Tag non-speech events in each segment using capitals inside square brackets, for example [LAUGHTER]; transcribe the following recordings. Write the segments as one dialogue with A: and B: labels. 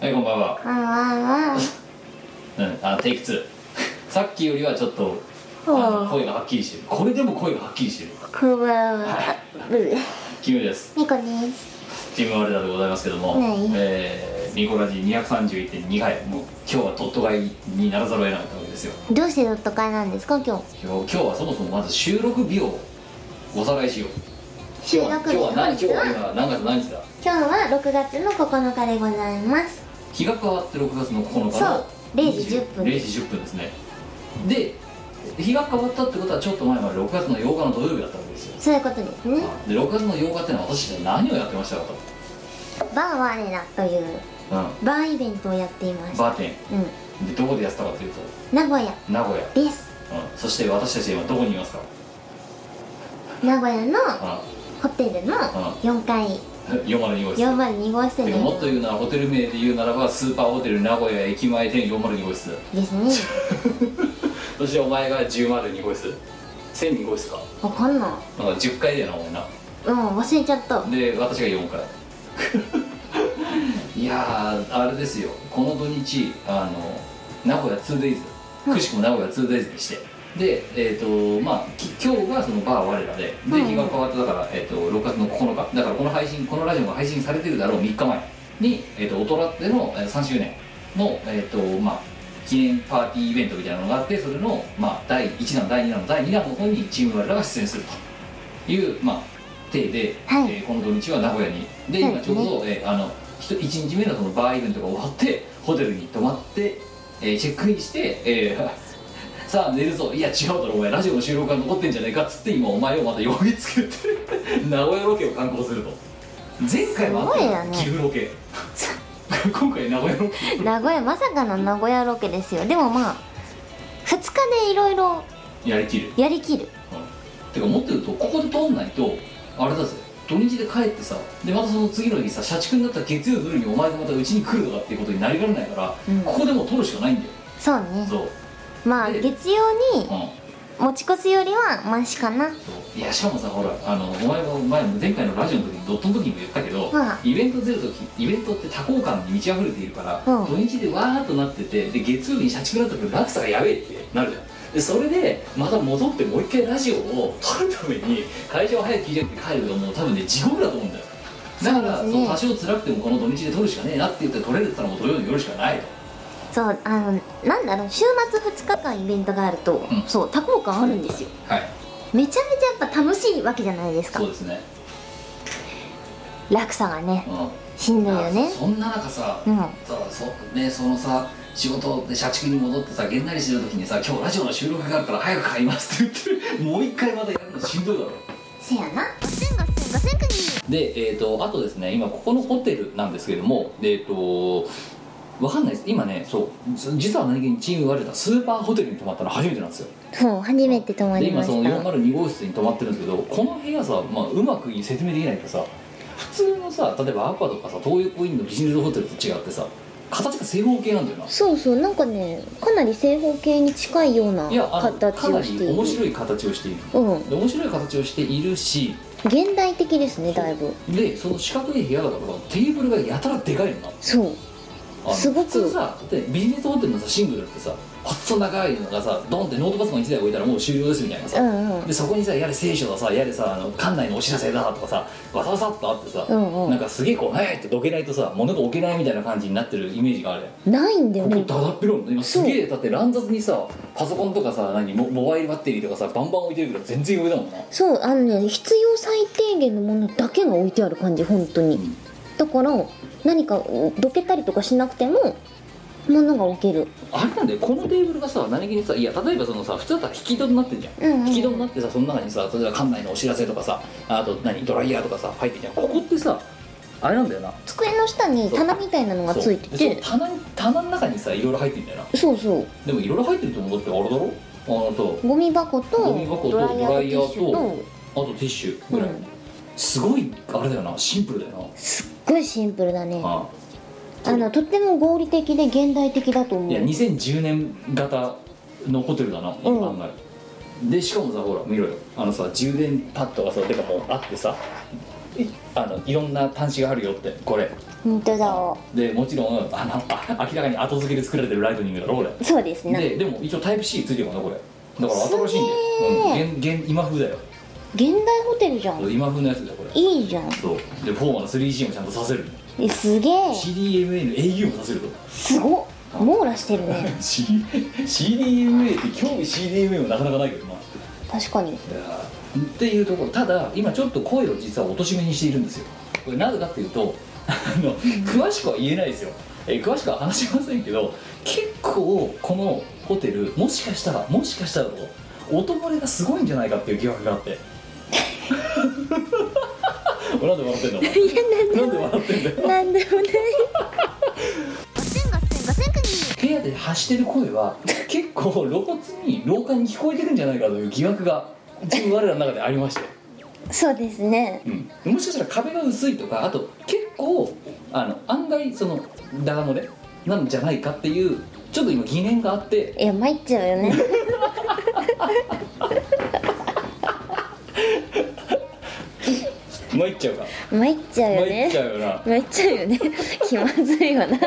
A: はいこんばんは
B: わわわ
A: うんあテイク2 [LAUGHS] さっきよりはちょっとあの声がはっきりしてるこれでも声がはっきりしてる
B: こんばんは
A: キムです
B: みこです
A: キムワルダでございますけども、
B: はい
A: えーミコラジ231.2回もう今日はトット買いにならざるを得なかったわけですよ
B: どうしてドット会なんですか今日
A: 今日今日はそもそもまず収録日をおさらいしよう
B: 収
A: 今
B: 録
A: 日
B: 日
A: は今日は何今
B: 本日
A: 日は
B: は
A: 今何月何日だ
B: 今日は6月の9日でございます
A: 日が変わって6月の9日
B: そう
A: の
B: 0時10分
A: 0時10分ですねで日が変わったってことはちょっと前まで6月の8日の土曜日だったわけですよ
B: そういうことですね
A: で6月の8日ってのは私たち何をやってましたかと、
B: バー我らという
A: う
B: バーイベントをやっていま
A: ん、
B: した
A: バーテ
B: うん
A: ンでどこでやってたかというと
B: 名古屋
A: 名古屋、
B: です
A: うん、そして私たちは今どこにいますか、
B: 名古屋
A: う
B: のホテルの4階
A: ん、402号室 [LAUGHS]
B: 402号室
A: てか
B: で
A: もっと言うならホテル名で言うならばスーパーホテル名古屋駅前店402号室
B: ですね
A: そしてお前が1002号室1002号室か
B: わかんない
A: なんか10階だよなお前な
B: うん忘れちゃった
A: で私が4回いやーあれですよこの土日あの名古屋 2days くしくも名古屋 2days にしてでえっ、とまあき今日がそのバー我らで
B: は
A: で
B: い
A: 日が変わっただから、えー、と6月の9日だからこの配信このラジオが配信されてるだろう3日前に、えー、と大人でのえー3周年のえっ、とまあ記念パーティーイベントみたいなのがあってそれの、まあ、第1弾第2弾第2弾の方にチーム我らが出演するという、まあ、体で、
B: はい
A: えーこの土日は名古屋にで
B: はい
A: 今ちょうど、えーあの1日目のそのバーイベントが終わってホテルに泊まって、えーチェックインして、えー [LAUGHS] さあ寝るぞいや違うだろお前ラジオの収録が残ってんじゃねえかっつって今お前をまた呼びつけて [LAUGHS] 名古屋ロケを観光すると前回はあった
B: すごいよね
A: 岐阜ロケ [LAUGHS] 今回名古屋ロケ
B: 名古屋まさかの名古屋ロケですよでもまあ2日でいろいろ
A: やりきる
B: やりきる
A: てか持ってるとここで通んないとあれだぜ土日で帰ってさでまたその次の日さ社畜になった月曜の夜にお前がまたうちに来るとかっていうことになりかねないから、
B: うん
A: ここでもう取るしかないんだよ
B: そうね
A: そう、うん、
B: まあ
A: で
B: 月曜に持ち越すよりはマシかな
A: そういやしかもさほらあのお前も前も前回のラジオの時にドットの時にも言ったけど、
B: は
A: イベント出る時イベントって多幸感に満ち溢れているから、
B: うん
A: 土日でわーっとなっててで月曜日に社畜になった時落差がやべえってなるじゃんでそれでまた戻ってもう一回ラジオを撮るために会場を早く聞いてって帰るのもう多分ね地獄だと思うんだよだからそ
B: そう
A: う、
B: ですね
A: 多少辛くてもこの土日で撮るしかねえなって言って撮れるって言ったらもう土曜の夜しかないと
B: そうあのなんだろう週末2日間イベントがあると、
A: うん
B: そう多幸感あるんですよ
A: はい
B: めちゃめちゃやっぱ楽しいわけじゃないですか
A: そうですね
B: 落差がね
A: うん
B: しんどいよね
A: そんな中さ、
B: うん
A: さそうねそのさ仕事で社畜に戻ってさげんなりしてる時にさ「今日ラジオの収録があるから早く買います」って言ってるもう一回またやるのしんどいだろ
B: せやなガセンガセンガセンクニー
A: でえっ、とあとですね今ここのホテルなんですけどもえっ、とわかんないです今ねそうず実は何気にチーム割れたスーパーホテルに泊まったの初めてなんですよ
B: そう初めて泊ま
A: で
B: り
A: 今
B: まし
A: その
B: た
A: 402号室に泊まってるんですけどこの部屋さ、まあ、うまく説明できないけどさ普通のさ例えばアパとかさ東横インのビジネスホテルと違ってさ形が正方形なんだよな
B: そうそうなんかねかなり正方形に近いようない
A: やあの
B: 形
A: かな
B: をしてい
A: り
B: る
A: 面白い形をしている
B: うん
A: で面白い形をしているし
B: 現代的ですねだいぶ
A: でその四角い部屋だからさテーブルがやたらでかいのな
B: そう
A: あの
B: すごく
A: 普通さでビジネスホテルのさシングルってさ細長いのがさドンってノートパソコン1台置いたらもう終了ですみたいなさ、
B: うんうん
A: でそこにさやれ聖書ださやれさあの館内のお知らせだとかさわさわさっとあってさ、
B: うんうん
A: なんかすげえこう「えー!」ってどけないとさ物が置けないみたいな感じになってるイメージがある
B: ないんだよ
A: ここ
B: ね
A: だだっぴろなの今すげえだって乱雑にさパソコンとかさ何モモバイルバッテリーとかさバンバン置いてるけど全然上だもんな
B: そうあのね必要最低限のものだけが置いてある感じ本当に、
A: ん
B: だから何かどけたりとかしなくても物が置ける
A: あれなんだよこのテーブルがさ何気にさいや例えばそのさ普通だったら引き戸になってるじゃん、
B: うんうん
A: 引き戸になってさその中にさ例えば館内のお知らせとかさあと何ドライヤーとかさ入ってるじゃんここってさあれなんだよな
B: 机の下に棚みたいなのがついて
A: そうで
B: て
A: その棚棚の中にさいろいろ入ってるんだよな
B: そうそう
A: でもいろいろ入ってると思うだってあれだろあのと
B: ゴミ箱
A: ゴ
B: と
A: ミ箱と
B: ドライヤーとティッシュ
A: ドライヤ
B: と
A: あとティッシュ
B: う
A: ぐらい、
B: ん
A: すごいあれだよなシンプルだよな、
B: すっごいシンプルだねあ
A: ああ
B: のとっても合理的で現代的だと
A: い
B: 思
A: や
B: う
A: 2010年型のホテルだな今考える、でしかもさほら見ろよあのさ充電パッドがさてかもうあってさいあのいろんな端子があるよってこれ
B: 本当だ
A: でもちろんあのあ明らかに後付けで作られてるライトニングだろこ
B: そうです
A: れ
B: ね
A: ででも一応タイプ C ついてるもんなこれだから新しいんだよ、うん、現現今風だよ
B: 現代ホテルじゃん
A: 今風のやつだよこれ
B: いいじゃん
A: そうでフォーマの 3G もちゃんとさせる
B: えすげえ
A: CDMA の au もさせると
B: すごっ網羅してるね
A: C- CDMA って興味 CDMA もなかなかないけどな
B: 確か [LAUGHS] に
A: っていうところただ今ちょっと声を実は貶としめにしているんですよこれなぜかっていうとあの詳しくは言えないですよえー詳しくは話しませんけど結構このホテルもしかしたらもしかしたらと音漏れがすごいんじゃないかっていう疑惑があって [LAUGHS] なんで笑ってんの
B: いやな
A: な
B: ん
A: んで笑ってんだよ
B: なんでもない
A: 部屋で発してる声
B: [LAUGHS]
A: は結構露骨に廊下に聞こえてるんじゃないかという疑惑が自分我らの中でありまして
B: そうですね
A: うん、もしかしたら壁が薄いとかあと結構あの案外そのダガ漏れなんじゃないかっていうちょっと今疑念があって
B: いや参っちゃうよね
A: 参っちゃうか
B: 参っちゃうよ
A: 参っち
B: ね
A: ゃうよな
B: 参っちゃうよね [LAUGHS] 気まずいよな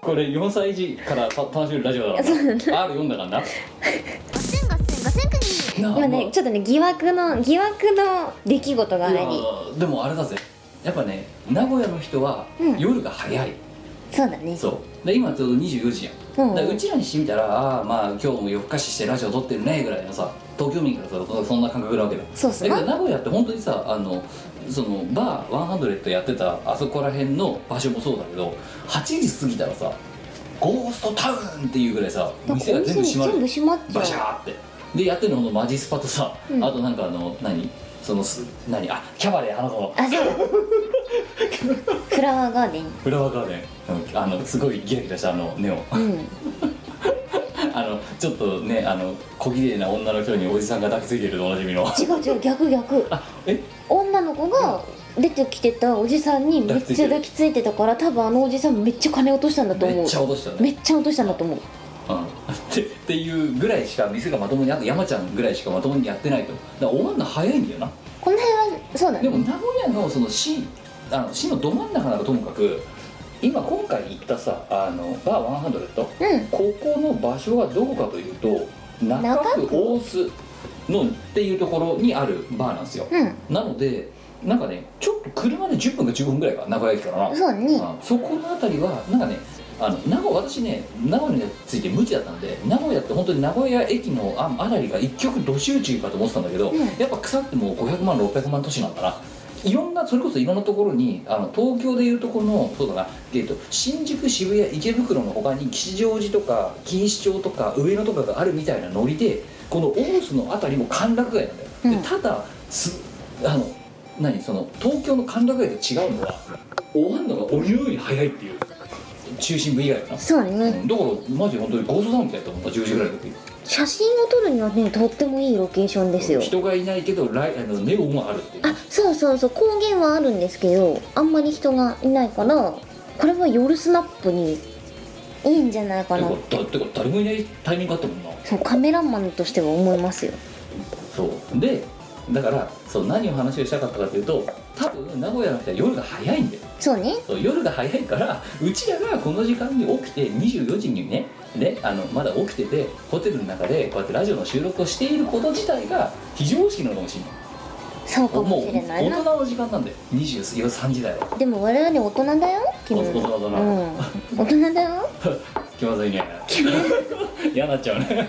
A: これ4歳児からた楽しめるラジオだから
B: そうなん
A: な R 読んだからなな
B: 今
A: ま
B: ね
A: あ
B: ちょっとね疑惑の疑惑の出来事があり
A: いやでもあれだぜやっぱね名古屋の人は
B: うん
A: 夜が早い、
B: そうだね
A: そうで今ちょうど24時やん
B: うん
A: だからうちらにしてみたらああまあ今日も夜更かししてラジオ撮ってるねぐらいのさ東京民からさそそんな感覚なわけだ
B: そうっす
A: だ
B: な
A: けど名古屋って本当にさあのそのバー100やってたあそこら辺の場所もそうだけど8時過ぎたらさゴーストタウンっていうぐらいさ
B: なんか
A: 店が
B: お
A: 全部
B: 店
A: 閉まる
B: 全部閉まっ
A: バ
B: ち
A: シャ
B: ゃ
A: ーってでやってるのほんとマジスパとさ、
B: うん
A: あとなんかあの何そのす何あキャバレー花園
B: うあそう [LAUGHS] フラワーガーデン
A: フラワーガーデンうんあのすごいギラギラしたあのネオン
B: うん
A: [LAUGHS] あのちょっとねあの小綺麗な女の人におじさんが抱きついてるとおなじみの
B: 違う違う逆逆
A: え
B: 女の子が出てきてたおじさんにめっちゃ抱きついてたから多分あのおじさんもめっちゃ金落としたんだ
A: [LAUGHS]
B: と
A: め
B: 思
A: っ
B: う
A: ちゃ落としたね
B: めっちゃ落としたんだと思う
A: うんってっていうぐらいしか店がまともにあと山ちゃんぐらいしかまともにやってないとだから終わるの早いんだよな
B: この辺はそうだ
A: で
B: ね
A: も名古屋のその市あの市のど真ん中ならともかく今今回行ったさあのバー100
B: うん
A: ここの場所はどこかというと中
B: 中
A: 区
B: 区
A: 大須のっていうところにあるバーなんですよ
B: う
A: なのでなんかねちょっと車で10分か15分ぐらいか名古屋駅からな、
B: んそうね
A: あそこの辺りはなんかねあの名古屋私ね名古屋について無知だったんで名古屋って本当に名古屋駅のあ辺りが一極ど集中かと思ってたんだけど、
B: うん
A: やっぱ腐ってもう500万600万都市なんだないろんなそれこそいろんなところにあの東京でいうとこのそうだな、えっと新宿渋谷池袋の他に吉祥寺とか錦糸町とか上野とかがあるみたいなノリでこの大須の辺りも歓楽街なんだよ、
B: うん
A: でただすあの何その東京の歓楽街と違うのは終わんのが鬼のように早いっていう中心部以外かな、
B: そう
A: う
B: ね
A: んだからマジで本当にゴーストタウンみたいだと思った10時ぐらいの時
B: 写真を撮るにはねとってもいいロケーションですよ
A: 人がいないけどライあのネオンはあるっていう
B: あそうそうそう光源はあるんですけどあんまり人がいないからこれは夜スナップにいいんじゃないかな
A: てかだてか誰もいないタイミングあったもんな
B: そうカメラマンとしては思いますよ
A: そうでだからそう何を話をしたかったかというと多分名古屋の人は夜が早いんだよ
B: そうね
A: そう夜が早いからうちらがこの時間に起きて24時にねねあのまだ起きててホテルの中でこうやってラジオの収録をしていること自体が非常識なのかもしれない
B: そうか
A: も
B: も
A: う
B: しれな
A: 大
B: いな
A: 人の時間なんだよ23時だよ
B: でも我々大人だよ君
A: 大人だな
B: うん、大人だよ
A: 気まずいね嫌になっちゃうね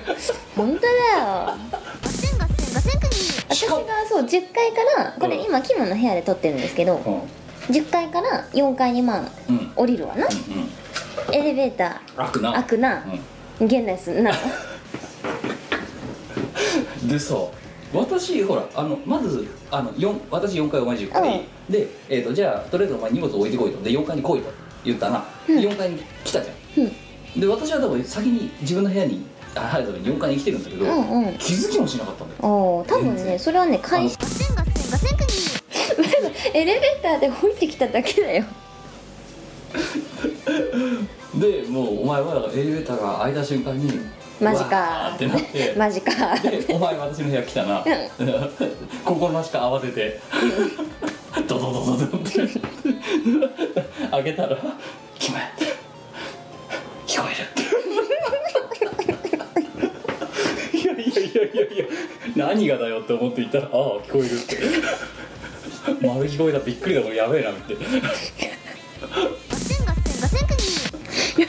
B: 本当だよ私がそう10階からこ
A: う
B: れ
A: ん
B: 今キムの部屋で撮ってるんですけど
A: うんうん
B: 10階から4階にまあ
A: うん
B: 降りるわな
A: うん
B: エレベータ
A: 悪
B: ー
A: な
B: 開くな現代す
A: [LAUGHS]
B: んな
A: うん、でさ私ほらあのまずあの四私4回お前10回、で、えー、とじゃあとりあえずお前荷物置いてこいとで4階に来いと言ったな、
B: うん
A: 4階に来たじゃん
B: うん
A: で私は多分先に自分の部屋にあ入るために4階に来てるんだけど、
B: うんうん
A: 気づきもしなかったんだよ
B: おー多
A: 全
B: 分ね
A: 然
B: それはね会社エレベーターで降りてきただけだよ
A: でもうお前はだからエレベーターが開いた瞬間に
B: マジか
A: わーってなって
B: マジか
A: でお前私の部屋来たな心なしか慌ててドドドドドって開けたら「キム聞こえる」っていやいやいやいやいや何がだよって思って言ったら「ああ聞こえる」って丸聞こえたびっくりだこれやべえなって
B: いや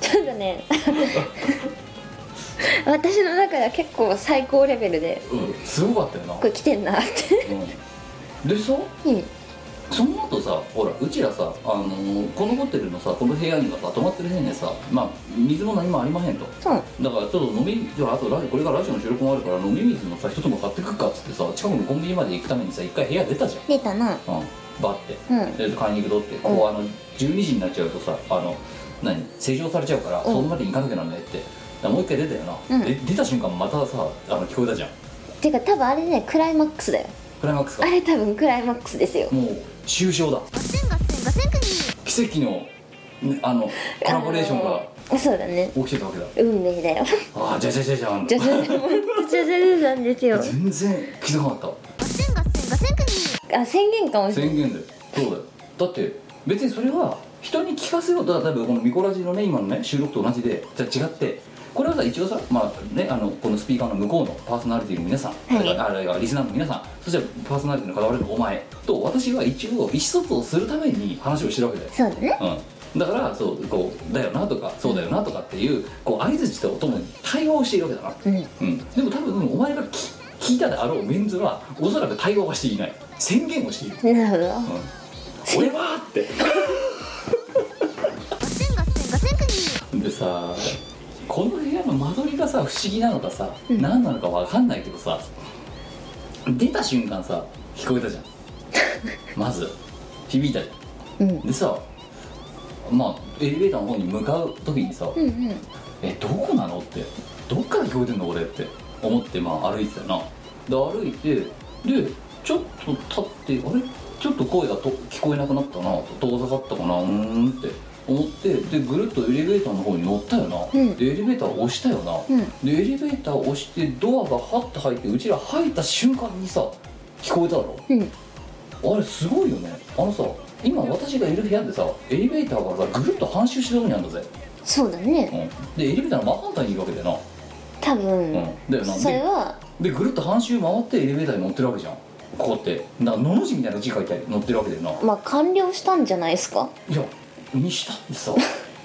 B: ちょっとね私の中では結構最高レベルで
A: うんすごかったよな
B: こ、れ来てんなって
A: うん、でさ
B: うん
A: その後さほらうちらさ、あのーこのホテルのさこの部屋にはさ泊まってる部屋にはさまあ水も何もありまへんと
B: そう
A: だからちょっと飲みじゃああとラジこれからラジオの収録もあるから飲み水のさ一つも買ってくっかっつってさ近くのコンビニまで行くためにさ一回部屋出たじ
B: 出た
A: ゃ
B: な
A: ん、うん、バッて
B: うん
A: で買いに行くぞってこうあの12時になっちゃうとさあの何施錠されちゃうから
B: ん
A: そこまで行かなきゃなんないってだからもう一回出たよな、
B: うん
A: で出た瞬間またさあの聞こえたじゃん
B: てか多分あれねクライマックスだよ
A: クライマックス
B: あ [LAUGHS]
A: が
B: れ多分クライマックスですよ
A: もう終章だ奇跡のねあのコラボレーションが
B: あのそうだね
A: 起きてたわけだ
B: 運命だよ
A: ああじゃじゃじゃじゃん
B: じゃじゃじゃじゃじゃじゃなんですよ
A: 全然気づかなかっ
B: あ宣言かも
A: た
B: しれない
A: 宣言だよそうだよだって別にそれは人に聞かせようと例えばこのミコラジのね今のね収録と同じでじゃあ違ってこれはさ一応さ、まあね、あのこのスピーカーの向こうのパーソナリティの皆さん、
B: い
A: あれがリスナーの皆さんそしてパーソナリティの片割れのお前と私は一応意思疎通をするために話をしてるわけだよ
B: そうだね
A: うん、だからそうこうだよなとかそうだよなとかっていうこう相づちとともに対話をしているわけだな、
B: うん
A: うん、でも多分お前が聞聞いたであろうメンズはおそらく対話はしていない宣言をしている、
B: なるほ
A: う
B: ど
A: ん、俺はってでさこの部屋の間取りがさ不思議なのかさ、
B: うん
A: 何なのかわかんないけどさ出た瞬間さ聞こえた
B: [LAUGHS]
A: じゃんまず響いたじゃん
B: うん
A: でさまあエレベーターの方に向かう時にさ「
B: うんうん
A: えどこなの?」って「どっから聞こえてんの俺」って思ってまあ歩いてたよなで歩いてでちょっと立ってあれちょっと声がと聞こえなくなったなと遠ざかったかなうーんって思ってでぐるっとエレベーターの方に乗ったよな、
B: うん
A: でエレベーター押したよな、
B: うん
A: でエレベーター押してドアがハッと入ってうちら入った瞬間にさ聞こえただろ
B: うん
A: あれすごいよねあのさ今私がいる部屋でさエレベーターがさぐるっと半周してるとこにあるんだぜ、
B: そうだね
A: うん、でエレベーターの真反対にいるわけだよな、
B: 多
A: う
B: 分
A: んだよな
B: それ
A: で
B: は
A: でぐるっと半周回ってエレベーターに乗ってるわけじゃんこうやってなのの字みたいな字書いて乗ってるわけだよな
B: まあ完了したんじゃないですか
A: いやにしたってさ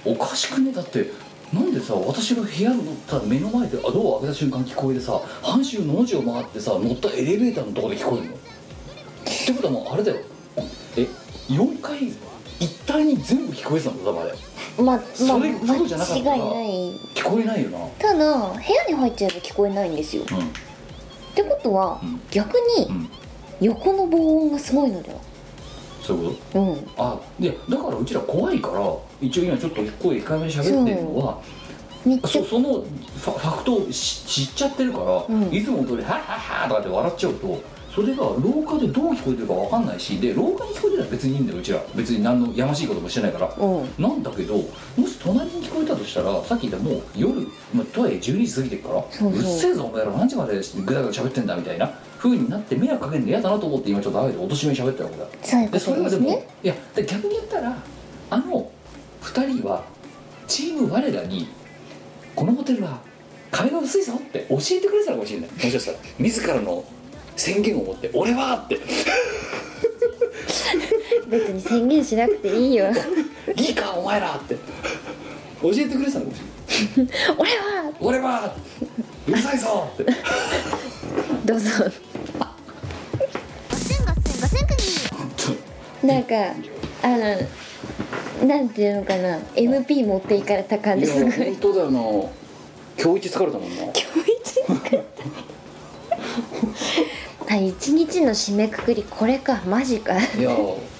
A: おかしくねだってなんでさ私が部屋のただ目の前であドアを開けた瞬間聞こえてさ半周の字を回ってさ乗ったエレベーターのとこで聞こえるのってことはもうあれだよえ4階一体に全部聞こえてたんだ多分あれ
B: まあまあ
A: それそうじゃなかった
B: 間
A: ら
B: 違いない
A: 聞こえないよな
B: ただ部屋に入っちゃえば聞こえないんですよ
A: う
B: ってことは、
A: うん
B: 逆
A: ん
B: に
A: うん
B: 横の防音がすごいのでは
A: そういうこ
B: うん
A: とあいやだからうちら怖いから一応今ちょっと声控えめに喋ってるのは
B: めっちゃ
A: そそのファファクトをし知っちゃってるから、
B: うん
A: いつもの通り「ハッハッハ」とかって笑っちゃうとそれが廊下でどう聞こえてるか分かんないしで廊下に聞こえてたら別にいいんだようちら別に何のやましいこともしてないから
B: うん
A: なんだけどもし隣に聞こえたとしたらさっき言ったもう夜まあとはいえ12時過ぎてるから
B: そうそう
A: っせえぞお前ら何時までぐだぐだ喋ってんだみたいな風になって迷惑かけるの嫌だなと思って今ちょっとあえておとしめに喋ってるわけだ
B: そういう
A: で
B: こ
A: そ
B: と
A: れ
B: で
A: はですも
B: ね
A: いやで逆に言ったらあの2人はチーム我らにこのホテルは壁が薄いぞって教えてくれてたのかもしれないもしかしたら自らの宣言を持って「俺は!」って
B: 別に宣言しなくていいよ
A: 「いいかお前ら!」って教えてくれてたのかもしれない
B: [LAUGHS] 俺は
A: 「俺は!」うるさ [LAUGHS] いぞって
B: どうぞなんかあのなんていうのかな MP 持っていかれた感じすごい今日
A: 当だよな今日一疲れたもんな
B: 一 [LAUGHS] 作ったあ一日の締めくくりこれかマジか
A: いや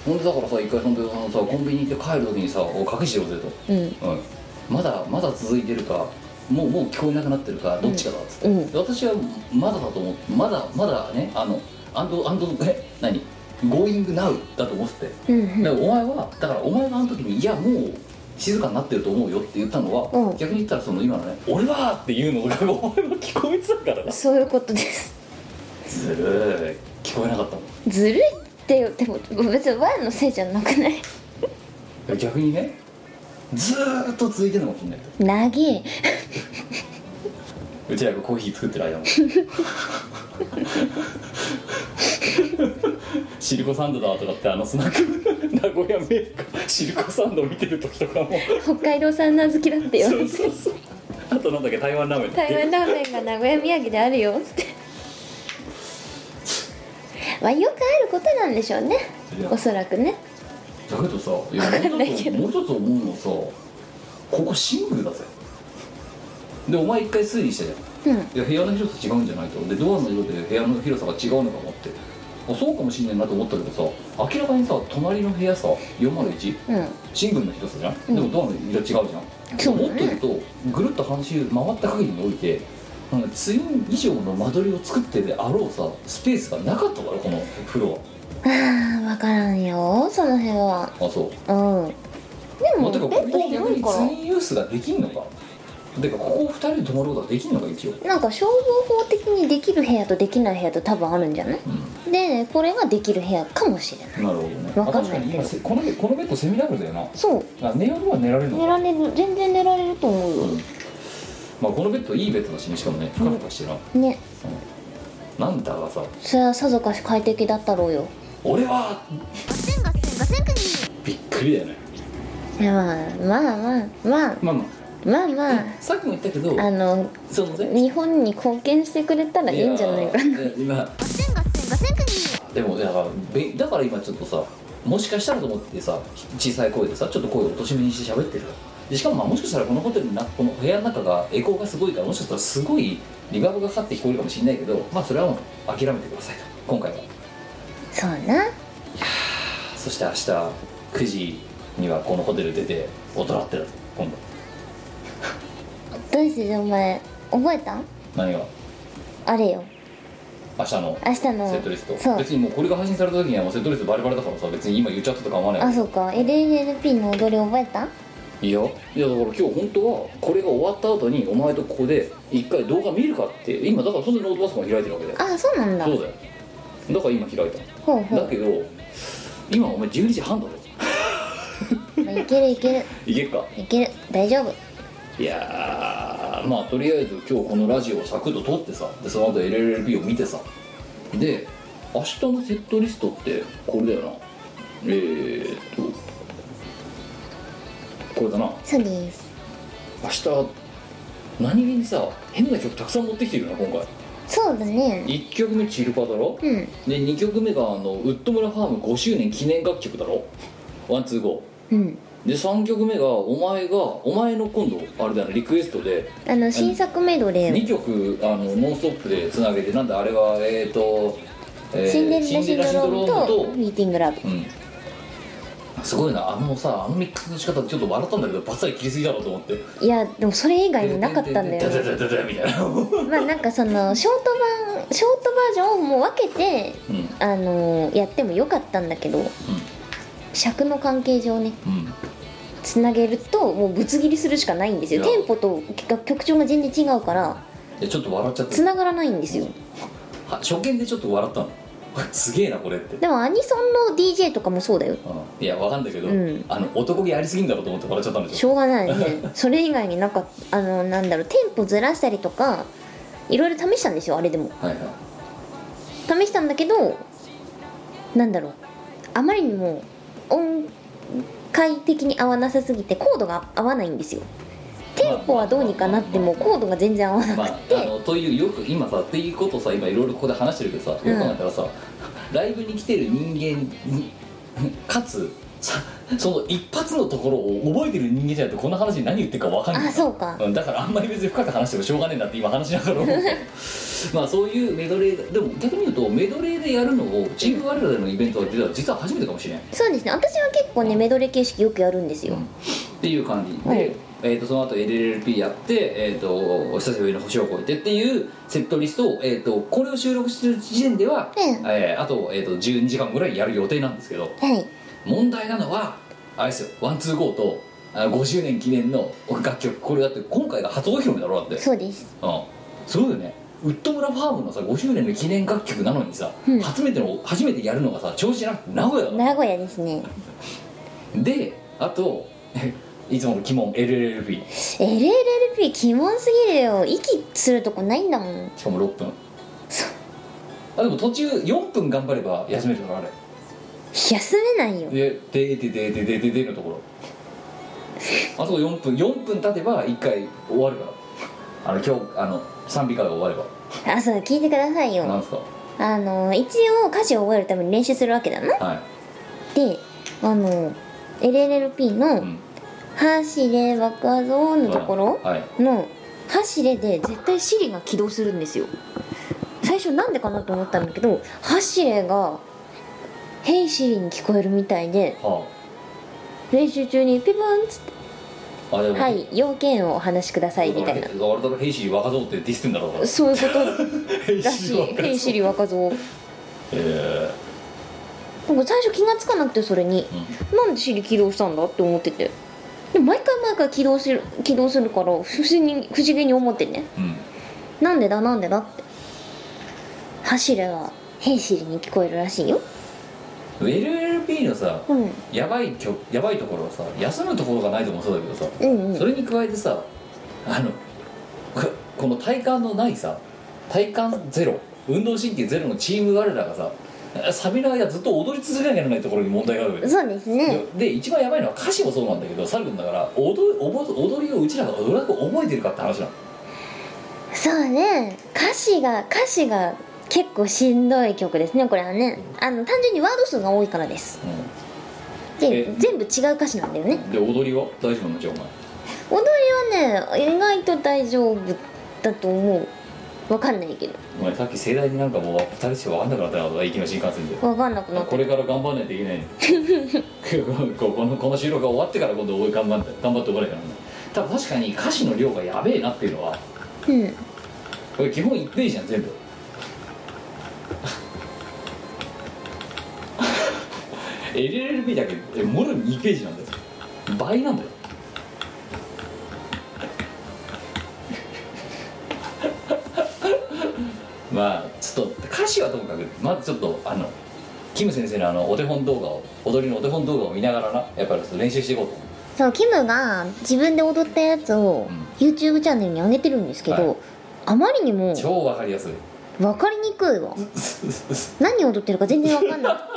A: 本当だからさ一回本当にあのさコンビニ行って帰る時にさ「おかけしてくれ」と。
B: うん
A: うん、まだまだ続いてるかもうもう聞こえなくなってるかどっちかだっつって、
B: うんうん
A: で私はまだだと思ってまだまだねあのアンドアンドえ何 Going now だと思ってて
B: うんう
A: だ
B: ん
A: からお前はだからお前があの時に「いやもう静かになってると思うよ」って言ったのは、
B: うん
A: 逆に言ったらその今のね「俺は!」っていうのがお前は聞こえてたからな
B: そういうことです
A: ずるい聞こえなかったもん
B: ずるいってでも別にワンのせいじゃなくない
A: 逆にねずーっと続いてるのかもしれない
B: 長え
A: うちらがコーヒー作ってる
B: [LAUGHS]
A: 間もシルコサンドだとかってあのスナッ
B: [LAUGHS]
A: ク名古屋メーカーシルコサンド見てる時とかも
B: 北海道産名好きだってよ
A: そうそうそうあとなんだっけ台湾ラーメンだっ
B: 台
A: け
B: 湾ラーメンが名古屋土産であるよってまあよくあることなんでしょうね
A: いや
B: おそらくね
A: だけどさいや
B: わかんないけど
A: もうちょっと思うのさここシングルだぜでお前一回推理したじゃん
B: うん
A: いや部屋の広さ違うんじゃないとでドアの色で部屋の広さが違うのかもってあそうかもしんないなと思ったけどさ明らかにさ隣の部屋さ401
B: うん
A: シングルの広さじゃん、
B: うん
A: でもドアの色違うじゃん
B: そうだね
A: もっと言うとぐるっと半周回った限りにおいてなんかツイン以上の間取りを作ってであろうさスペースがなかったからこのフロ
B: ああ分からんよその辺は
A: アあそう、
B: うんで
A: ま
B: も
A: あ、て
B: ベ
A: かこ
B: ッ
A: こ
B: ド
A: で逆
B: 広
A: に
B: いか
A: ツインユースができんのかてかここを2人で泊まることができんのか一応
B: らなんか消防法的にできる部屋とできない部屋と多分あるんじゃないでこれができる部屋かもしれな
A: な
B: い
A: るほどね
B: わかん
A: あ確
B: ない
A: かに
B: けど
A: 今せこのこのベッドセミダブルだよな
B: そう
A: あ寝ようは寝られるの
B: 寝
A: か、
B: られる全然寝られると思
A: う
B: うん
A: まあ、このベッドいいベッドだしねしかもねふかふかしてな、
B: よね
A: なんだがさ
B: それはさぞかし快適だったろうよ
A: 俺はびっくりだよね
B: いやまあまあまあまあ
A: まあま
B: まあまあ
A: あさっきも言ったけど
B: あの
A: そのね
B: 日本に貢献してくれたらいいんじゃないかな
A: やー今でもだからべだから今ちょっとさもしかしたらと思ってさ小さい声でさちょっと声を落としめにして喋ってるよでしかもまあもしかしたらこのホテルのなこの部屋の中がエコーがすごいからもしかしたらすごいリバーブがかかって聞こえるかもしれないけどまあそれはもう諦めてくださいと今回は
B: そうな
A: そして明日9時にはこのホテル出て大人ってだぞ今度
B: どうしてお前覚えた
A: 何が
B: あれよ
A: 明日の
B: 明日の
A: セットリスト、
B: そう
A: 別にもうこれが配信された時にはもうセットリストバリバリだからさ別に今言っちゃったとか思わない
B: あそうか LNLP の踊り覚えた
A: いやいやだから今日本当はこれが終わった後にお前とここで一回動画見るかって今だからそれでノートパソコン開いてるわけだよ
B: あそうなんだ
A: そうだよだから今開いた
B: ほうほ
A: だけど今お前12時半だぞ
B: うまあいけるいける
A: いけるか
B: いける大丈夫
A: いやーまあとりあえず今日このラジオをサクッと撮ってさでその後 LLP を見てさで明日のセットリストってこれだよなえー、っとこれだな
B: そうです
A: 明日何気にさ変な曲たくさん持ってきてるよな今回
B: そうだね
A: 1曲目チルパだろ
B: うん
A: で2曲目があのウッド村ファーム5周年記念楽曲だろワンツーゴ
B: うん
A: ーで3曲目がお前がお前の今度あれだよねリクエストで
B: あの新作メドレー
A: 2曲あの「ノンストップ!」でつなげてなんだあれはえっ、ー、と、えー
B: シンデレラシンドロ
A: シン
B: ームと
A: デレラシンドローム
B: ミーティングラブ
A: とうんすごいなあのさあのミックスの仕方でちょっと笑ったんだけどバッサリ切りすぎだろうと思って
B: いやでもそれ以外になかったんだ
A: ダ
B: よね
A: ダダダダみたいな
B: まあなんかそのショート版ショートバージョンをもう分けて
A: うんうん
B: あのやってもよかったんだけど尺の関係上ね
A: うん
B: つなげるともうぶつ切りするしかないんですよ
A: いや
B: テンポと曲曲調が全然違うから
A: いやちょっと笑っちゃった
B: つながらないんですよ
A: は初見でちょっと笑ったのすげえなこれって、
B: でもアニソンの DJ とかもそうだよ
A: うん、いやわかんだけど、
B: うん
A: あの男気ありすぎんだろうと思って笑っちゃったんで
B: し
A: しょ
B: ょうがないねそれ以外になんかあのなんだろうテンポずらしたりとかいろいろ試したんですよあれでも
A: はいはい
B: 試したんだけどなんだろうあまりにも音階的に合わなさすぎてコードが合わないんですよテンポはどうにかなってもコードが全然合わな
A: ま
B: く
A: あ、あ
B: て
A: のというよく今さっていうことさ今いろいろここで話してるけどさ、
B: うん
A: よく考えたらさライブに来てる人間にかつさその一発のところを覚えてる人間じゃないとこんな話に何言ってるか分かんない
B: あそうか
A: うんだからあんまり別に深く話してもしょうがねえなって今話しながら思って
B: [LAUGHS]
A: まあそういうメドレーでも逆に言うとメドレーでやるのをチーム我々のイベントが出たら実は初めてかもしれん
B: そうですね私は結構ねメドレー形式よくやるんですよ、
A: っていう感じで、
B: はい
A: えー、とその後 LLP やって、えー、とお久しぶりの星を越えてっていうセットリストを、えー、とこれを収録してる時点では、
B: うん
A: えーあと,、えー、と12時間ぐらいやる予定なんですけど
B: はい
A: 問題なのはあれですよワンツーゴーとあの50年記念の楽曲これだって今回が初お披露目だろだってう、
B: そうです
A: ん、すごいよねウッド村ファームのさ50年の記念楽曲なのにさ、
B: うん
A: 初めての初めてやるのがさ調子なくて名古屋だろ
B: 名古屋ですね
A: であと [LAUGHS] いつもの鬼門 LLP
B: LLLP 鬼門すぎるよ息するとこないんだもん
A: しかも6分あでも途中4分頑張れば休めるからあれ
B: 休めないよ
A: で「ででででででで」のところあそこ4分4分経てば1回終わるからあの今日あの賛美会が終われば
B: あそう聞いてください
A: なん
B: よ
A: ですか
B: あの一応歌詞を覚えるために練習するわけだな
A: はい
B: であの LLLP
A: う
B: の
A: ん
B: 「走れ若造」のところ
A: はい
B: の「走れ」で絶対 Siri が起動するんですよ最初なんでかなと思ったんだけど「走れ」が「ヘイ Siri」に聞こえるみたいで
A: は
B: 練習中にピポンっつって
A: ああで
B: 「
A: も
B: はい要件をお話しください」みたい
A: だか
B: な
A: らあれだろ兵士若造ってディスってんだ
B: [LAUGHS]
A: ろうから [LAUGHS]
B: そういうこと
A: 兵
B: らし
A: [LAUGHS] 士
B: い
A: 若造
B: 「ヘイ Siri 若造」
A: え
B: なんか最初気がつかなくてそれに
A: えうん
B: なんで Siri 起動したんだって思っててでも毎回毎回起動する起動するから不思議に不思議に思ってね
A: うん
B: なんでだなんでだって走れは兵士に聞こえるらしいよ
A: LLP のさ
B: うんうん
A: やばい曲やばいところはさ休むところがないともそうだけどさ
B: うん
A: それに加えてさあのここの体幹のないさ体幹ゼロ運動神経ゼロのチーム我らがさサビの間ずっと踊り続けなきゃならないところに問題があるわけ
B: そうですね
A: でで一番やばいのは歌詞もそうなんだけどサル君だから踊り踊踊りをうちらがどれだけ覚えてるかって話なの
B: そうね歌詞が歌詞が結構しんどい曲ですねこれはねあの単純にワード数が多いからですで
A: え
B: 全部違う歌詞なんだよね
A: うん、で踊りは大丈夫なのじゃあお前
B: 踊りはね意外と大丈夫だと思うわかんないけど
A: お前さっき盛大になんかもう2人して分かんなくなったなとか行きの新幹線で
B: わかんなくなった
A: これから頑張らないといけないの [LAUGHS] ここのこの収録が終わってから今度頑張って頑張っておらないからね多分確かに歌詞の量がやべえなっていうのは
B: うん
A: これ基本一定じゃん全 [LAUGHS] 部 LLB だけえもろに2ページなんだよ倍なんだよ [LAUGHS] まあちょっと歌詞はともかくまずちょっとあのキム先生のあのお手本動画を踊りのお手本動画を見ながらなやっぱりちょっと練習していこうと思う
B: そうキムが自分で踊ったやつを
A: うん
B: YouTube チャンネルに上げてるんですけど、
A: はい
B: あまりにも
A: 超わかりやすい [LAUGHS]
B: 分かりにくいわ何踊ってるか全然分かんなく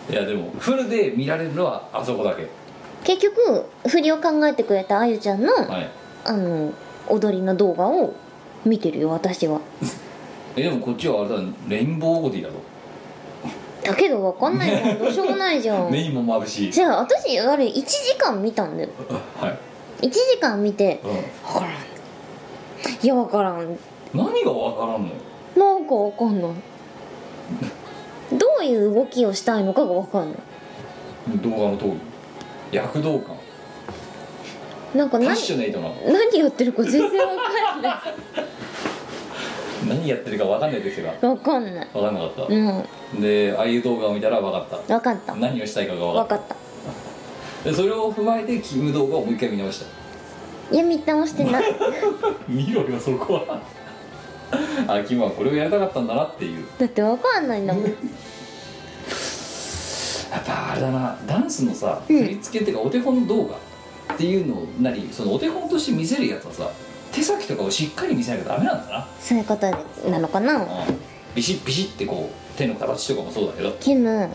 B: て
A: いやでもフルで見られるのはあそこだけ
B: 結局振りを考えてくれたあゆちゃんの,、
A: はい
B: あの踊りの動画を見てるよ私は
A: えでもこっちはあれだレインボーボディだろ
B: だけど分かんないからどうしようもないじゃ
A: [LAUGHS]
B: ん
A: メインも眩しい
B: じゃあ私あれ1時間見たんだよ
A: [LAUGHS] はい、
B: 1時間見て
A: う
B: 分からんいや分からん
A: ん、何がわからんのよ
B: なんか分かんないどういう動きをしたいのかが分かんない
A: 動画の通り躍動感
B: なんか
A: パッ
B: 何
A: ショネイトなの
B: 何やってるか全然わかんない
A: [LAUGHS] 何やってるか分かんないですが
B: わかんない
A: 分かんなかった、
B: うん
A: でああいう動画を見たら分かっ
B: わかったた
A: 何をしたいかが分か
B: わ
A: っ
B: かった
A: たでそれを踏まえてキム動画をもう一回見直した
B: いや見直し
A: [LAUGHS]
B: てない
A: 見ろよそこは [LAUGHS] あキムはこれをやりたかったんだなっていう
B: だってわかんないんだもん
A: やっぱあれだなダンスのさ
B: うん
A: 振り付けっていうかお手本動画っていうのをなりそのお手本として見せるやつはさ手先とかをしっかり見せなきゃダメなんだ
B: そういうことなのかな
A: な、うん、ビシッビシッってこう手の形とかもそうだけど、うん、
B: キム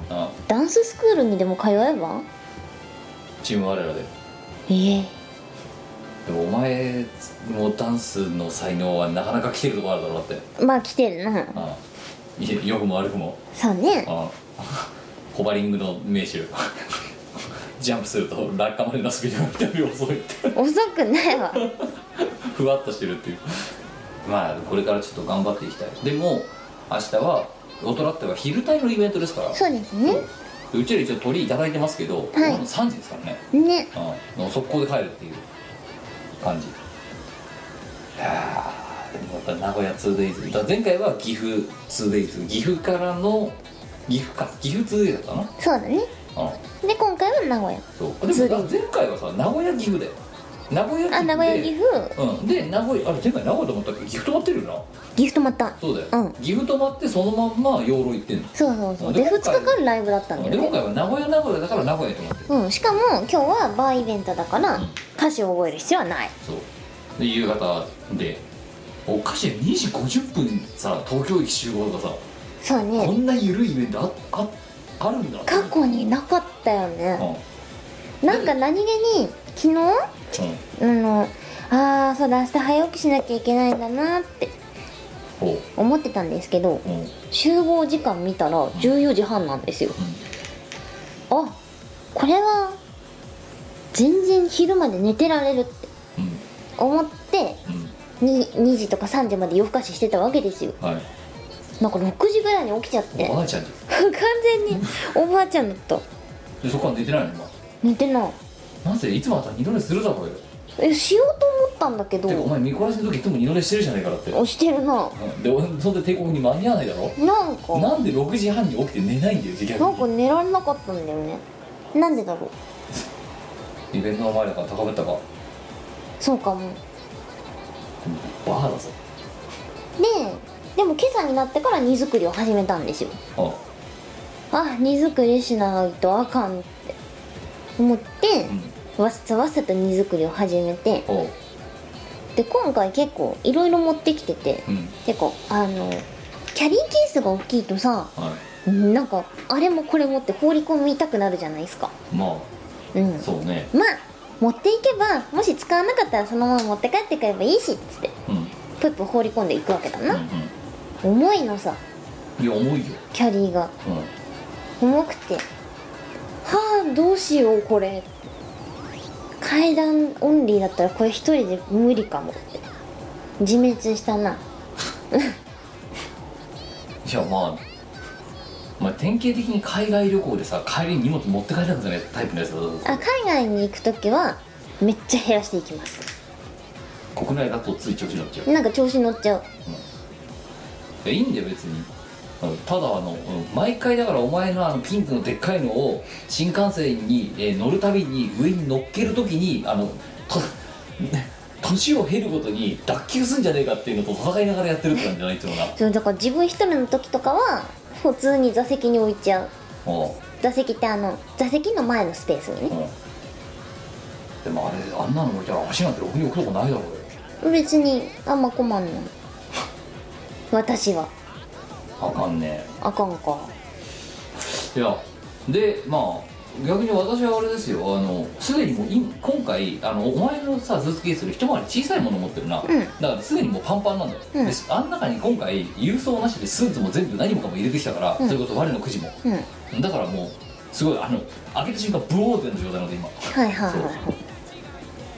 B: ダンススクールにでも通えば
A: チーム我らで
B: ええ
A: でもお前もダンスの才能はなかなか来てるとこあるだろうなって、
B: まあ来てるな
A: うんいえ良くも悪くも
B: そうね
A: あ [LAUGHS] ホバリングの名手 [LAUGHS] ジャンプすると落下までのスピードが人より遅いって
B: 遅くないわ
A: ふわっとしてるっていうまあこれからちょっと頑張っていきたいでも明日は大人っては昼帯のイベントですから
B: そうですね
A: うちら一応鳥いただいてますけど、この3時ですからね、
B: ね
A: うん、もう速攻で帰るっていう感じいやーでもやっぱ名古屋 2days だから前回は岐阜 2days 岐阜からの岐阜か岐阜 2days だったかな
B: そうだね
A: うん
B: で今回は名古屋
A: そうでもな前回はさ名古屋岐阜だよ名古屋
B: あ名古屋岐
A: 阜
B: 阜
A: うんで名古屋あれ前回名古屋と思ったけど岐阜泊まってるよな
B: ギフトまた
A: そうだよ、
B: うん
A: 岐阜泊まってそのまんま養老行ってんの
B: そうそうそう
A: で
B: で2日間ライブだったんだ
A: で
B: よ
A: 今
B: ね
A: 回は名古屋名古屋だから名古屋と思ってる
B: うんしかも今日はバーイベントだから
A: うん
B: 歌詞を覚える必要はない
A: そうで夕方でおかしい2時50分さ東京駅集合とかさ、
B: そう
A: こ
B: ね
A: んな緩いイベントあああるんだ
B: 過去になかったよ
A: うん
B: ね
A: うん
B: なんか何気に昨日あのあーそうだ明日早起きしなきゃいけないんだなって
A: ほう
B: 思ってたんですけど
A: うんうん
B: 集合時間見たら14時半なんですよあこれは全然昼まで寝てられるって
A: うん
B: 思ってに 2, 時とか3時まで夜更かししてたわけですよ
A: うんはい
B: なんか6時ぐらいに起きちゃって
A: お
B: 完
A: ばあちゃんじ
B: 全におばあちゃんだった
A: ゃんでそこは寝てないの今
B: 寝てない
A: なぜいつもあったら二度寝するだろうよ
B: えしようと思ったんだけ
A: てかお
B: ど
A: 前見こらしの時いつも二度寝してるじゃないかだって
B: 押してるな
A: うんで俺そんで帝国に間に合わないだろ
B: なんか
A: なんで6時半に起きて寝ないんだよ時間
B: なんか寝られなかったんだよねなんでだろう
A: イベントの前だから高ぶったか
B: そうかも
A: バーだぞ
B: ででも今朝になってから荷造りを始めたんですよ
A: あ
B: あ荷造りしないとあかんって思って
A: うん
B: わっさわっさと荷造りを始めて
A: おう
B: で今回結構いろいろ持ってきてて
A: うん
B: 結構あのキャリーケースが大きいとさ
A: は
B: なんかあれもこれもって放り込みたくなるじゃないですか
A: いま
B: うん
A: あそうね
B: まあ持っていけばもし使わなかったらそのまま持って帰ってくればいいしっつって
A: うんうん
B: プップ放り込んでいくわけだ
A: う
B: な、
A: ん
B: 重いのさ
A: いや重いよ
B: キャリーが
A: うん
B: 重くてはあどうしようこれ階段オンリーだったらこれ一人で無理かもって自滅したない
A: やまあまあ典型的に海外旅行でさ帰りに荷物持って帰りたくないタイプのやつだぞ
B: あ海外に行く時はめっちゃ減らしていきます
A: 国内だとつい調子乗っちゃう
B: なんか調子乗っちゃう
A: いやいいんだよ別にうんただあのうん毎回だからお前のあのピンクのでっかいのを新幹線に、えー乗るたびに上に乗っけるときにあのと年を経るごとに脱臼すんじゃねえかっていうのと戦いながらやってるって感じじゃないっていうのが
B: そうだから自分一人の時とかは普通に座席に置いちゃう
A: も
B: 座席ってあの座席の前のスペースに
A: う、
B: ね
A: うんでもあれあんなの置いたら足なんてろくに置くとこないだろうよ
B: 別にあんま困んない私は
A: あかんね
B: あかんか
A: いやでまあ逆に私はあれですよあのすでにもう今今回あのお前のさスーツケースより一回り小さいもの持ってるな、
B: ん
A: だからすでにもうパンパンなんだよ、
B: うん
A: であん中に今回郵送なしでスーツも全部何もかも入れてきたから、
B: ん
A: それこそ我のくじも
B: うんはい
A: だからもうすごいあの開けた瞬間ブローってな状態なので今
B: はいはい
A: そうだか